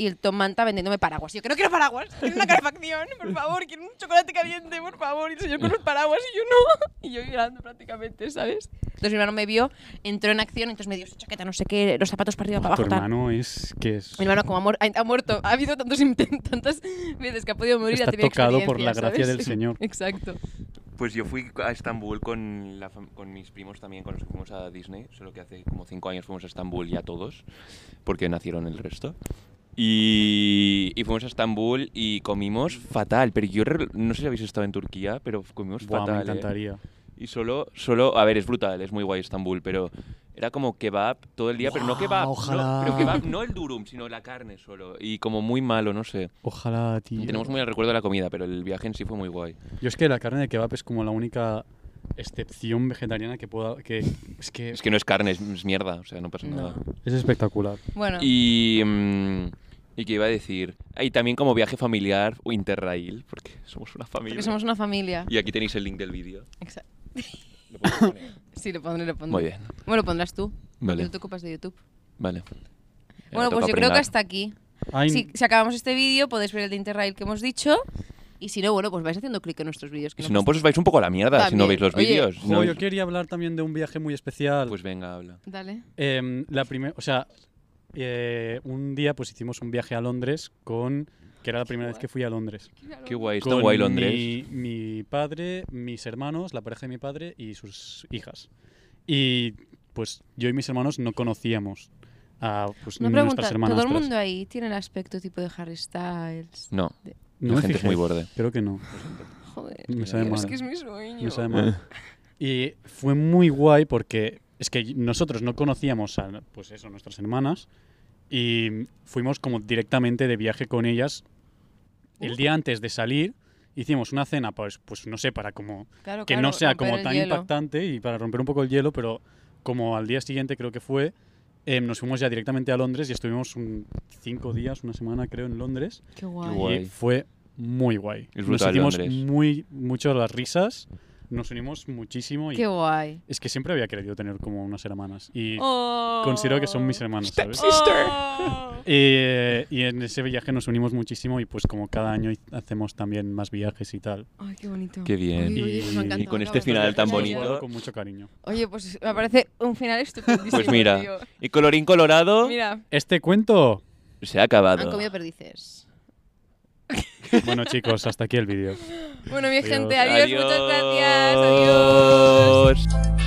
[SPEAKER 3] Y el Tom Manta vendiéndome paraguas. Y yo, que no quiero paraguas, quiero una calefacción, por favor, quiero un chocolate caliente, por favor. Y el señor con los paraguas y yo no. Y yo llorando prácticamente, ¿sabes? Entonces mi hermano me vio, entró en acción, entonces me dio su chaqueta, no sé qué, los zapatos para arriba, para
[SPEAKER 1] Tu
[SPEAKER 3] abajo, tal.
[SPEAKER 1] hermano es que es,
[SPEAKER 3] Mi hermano, como ha, muer- ha- ha muerto, ha habido tantos intentos, tantas veces que ha podido morir,
[SPEAKER 1] Está
[SPEAKER 3] ha tenido
[SPEAKER 1] tocado por la
[SPEAKER 3] experiencias,
[SPEAKER 1] gracia
[SPEAKER 3] ¿sabes?
[SPEAKER 1] del Señor.
[SPEAKER 3] Exacto.
[SPEAKER 2] Pues yo fui a Estambul con, la fam- con mis primos también, con los que fuimos a Disney, solo que hace como cinco años fuimos a Estambul ya todos, porque nacieron el resto. Y, y fuimos a Estambul y comimos fatal, pero yo re- no sé si habéis estado en Turquía, pero comimos
[SPEAKER 1] Buah,
[SPEAKER 2] fatal.
[SPEAKER 1] me
[SPEAKER 2] ¿eh?
[SPEAKER 1] encantaría.
[SPEAKER 2] Y solo, solo, a ver, es brutal, es muy guay Estambul, pero era como kebab todo el día, pero no
[SPEAKER 1] Guau,
[SPEAKER 2] kebab, no-
[SPEAKER 1] ojalá.
[SPEAKER 2] pero kebab no el durum, sino la carne solo, y como muy malo, no sé.
[SPEAKER 1] Ojalá, tío.
[SPEAKER 2] Tenemos muy el recuerdo de la comida, pero el viaje en sí fue muy guay.
[SPEAKER 1] Yo es que la carne de kebab es como la única excepción vegetariana que pueda... Que, es que
[SPEAKER 2] Es que no es carne, es, es mierda, o sea, no pasa
[SPEAKER 3] No.
[SPEAKER 2] nada.
[SPEAKER 1] es espectacular.
[SPEAKER 3] Bueno,
[SPEAKER 2] Y, mm, ¿y qué iba a decir? Ah, Y también como viaje familiar o interrail, porque somos una familia.
[SPEAKER 3] porque somos una familia.
[SPEAKER 2] Y aquí tenéis el link del vídeo.
[SPEAKER 3] Exa-
[SPEAKER 2] Lo podéis poner.
[SPEAKER 3] Sí, lo pondré, lo pondré.
[SPEAKER 2] Muy bien,
[SPEAKER 3] Bueno, lo pondrás tú.
[SPEAKER 2] Vale.
[SPEAKER 3] porque Tú te ocupas de YouTube.
[SPEAKER 2] vale. Ya
[SPEAKER 3] bueno,
[SPEAKER 2] me
[SPEAKER 3] pues yo
[SPEAKER 2] toca
[SPEAKER 3] creo que
[SPEAKER 2] pringar.
[SPEAKER 3] hasta aquí.
[SPEAKER 1] Ay,
[SPEAKER 3] Si, si acabamos este vídeo, podéis ver el de Interrail que hemos dicho. Y si no, bueno, pues vais haciendo clic en nuestros vídeos. que
[SPEAKER 2] Y si no,
[SPEAKER 3] pasa
[SPEAKER 2] pues os vais un poco a la mierda si no
[SPEAKER 3] También.
[SPEAKER 2] veis los
[SPEAKER 3] Oye,
[SPEAKER 2] vídeos.
[SPEAKER 1] jo,
[SPEAKER 2] No-
[SPEAKER 1] yo quería hablar también de un viaje muy especial.
[SPEAKER 2] Pues venga, habla.
[SPEAKER 3] nada. Dale.
[SPEAKER 1] Em, la primera... O sea, eh, un día pues hicimos un viaje a Londres con... Que era la primera vez que fui a Londres.
[SPEAKER 2] Qué guay, está
[SPEAKER 1] con
[SPEAKER 2] guay Londres.
[SPEAKER 1] Mi, mi padre, mis hermanos, la pareja de mi padre y sus hijas. Y pues yo y mis hermanos no conocíamos a pues,
[SPEAKER 3] Una
[SPEAKER 1] nuestras
[SPEAKER 3] pregunta,
[SPEAKER 1] hermanas.
[SPEAKER 3] ¿todo el mundo ahí tiene el aspecto tipo de Harry Styles?
[SPEAKER 2] No,
[SPEAKER 1] No
[SPEAKER 2] la
[SPEAKER 1] me
[SPEAKER 2] gente es
[SPEAKER 1] fijé.
[SPEAKER 2] muy borde.
[SPEAKER 1] Creo que no.
[SPEAKER 3] Joder,
[SPEAKER 1] Me sabe
[SPEAKER 3] tío, es
[SPEAKER 1] mal.
[SPEAKER 3] que es mi sueño.
[SPEAKER 1] Me sabe mal. Y fue muy guay porque es que nosotros no conocíamos a pues eso, nuestras hermanas y fuimos como directamente de viaje con ellas. El día antes de salir hicimos una cena, pues, pues no sé, para como
[SPEAKER 3] Claro,
[SPEAKER 1] que
[SPEAKER 3] claro,
[SPEAKER 1] no sea
[SPEAKER 3] romper
[SPEAKER 1] como
[SPEAKER 3] el
[SPEAKER 1] tan
[SPEAKER 3] hielo.
[SPEAKER 1] impactante y para romper un poco el hielo, pero como al día siguiente creo que fue, em, nos fuimos ya directamente a Londres y estuvimos un- cinco días, una semana creo, en Londres.
[SPEAKER 3] Qué guay.
[SPEAKER 2] guay.
[SPEAKER 1] Y fue muy guay.
[SPEAKER 2] Es
[SPEAKER 1] Nos
[SPEAKER 2] brutal
[SPEAKER 1] hicimos
[SPEAKER 2] Londres.
[SPEAKER 1] muy, mucho las risas. Nos unimos muchísimo y
[SPEAKER 3] Qué guay.
[SPEAKER 1] es que siempre había querido tener como unas hermanas y
[SPEAKER 3] Oh.
[SPEAKER 1] considero que son mis hermanas, ¿sabes?
[SPEAKER 2] Sister.
[SPEAKER 3] Oh.
[SPEAKER 1] Eh, y en ese viaje nos unimos muchísimo y pues como cada año hacemos también más viajes y tal.
[SPEAKER 3] Ay, qué bonito. pues
[SPEAKER 2] Qué bien.
[SPEAKER 1] Uy, uy, uy, me ha
[SPEAKER 2] Y
[SPEAKER 1] encantado,
[SPEAKER 2] con este final
[SPEAKER 1] Los
[SPEAKER 2] tan
[SPEAKER 1] viajes los guardo
[SPEAKER 2] bonito.
[SPEAKER 1] Con mucho cariño.
[SPEAKER 3] Oye, pues me parece un final estupendísimo.
[SPEAKER 2] Pues mira.
[SPEAKER 3] tío.
[SPEAKER 2] Y colorín colorado
[SPEAKER 3] Mira,
[SPEAKER 1] Este cuento.
[SPEAKER 2] se ha
[SPEAKER 3] han
[SPEAKER 2] acabado.
[SPEAKER 3] comido perdices.
[SPEAKER 1] Bueno chicos, hasta aquí el vídeo.
[SPEAKER 3] Bueno, mi
[SPEAKER 1] Adiós.
[SPEAKER 3] gente, adiós, muchas gracias. Adiós.
[SPEAKER 2] Adiós.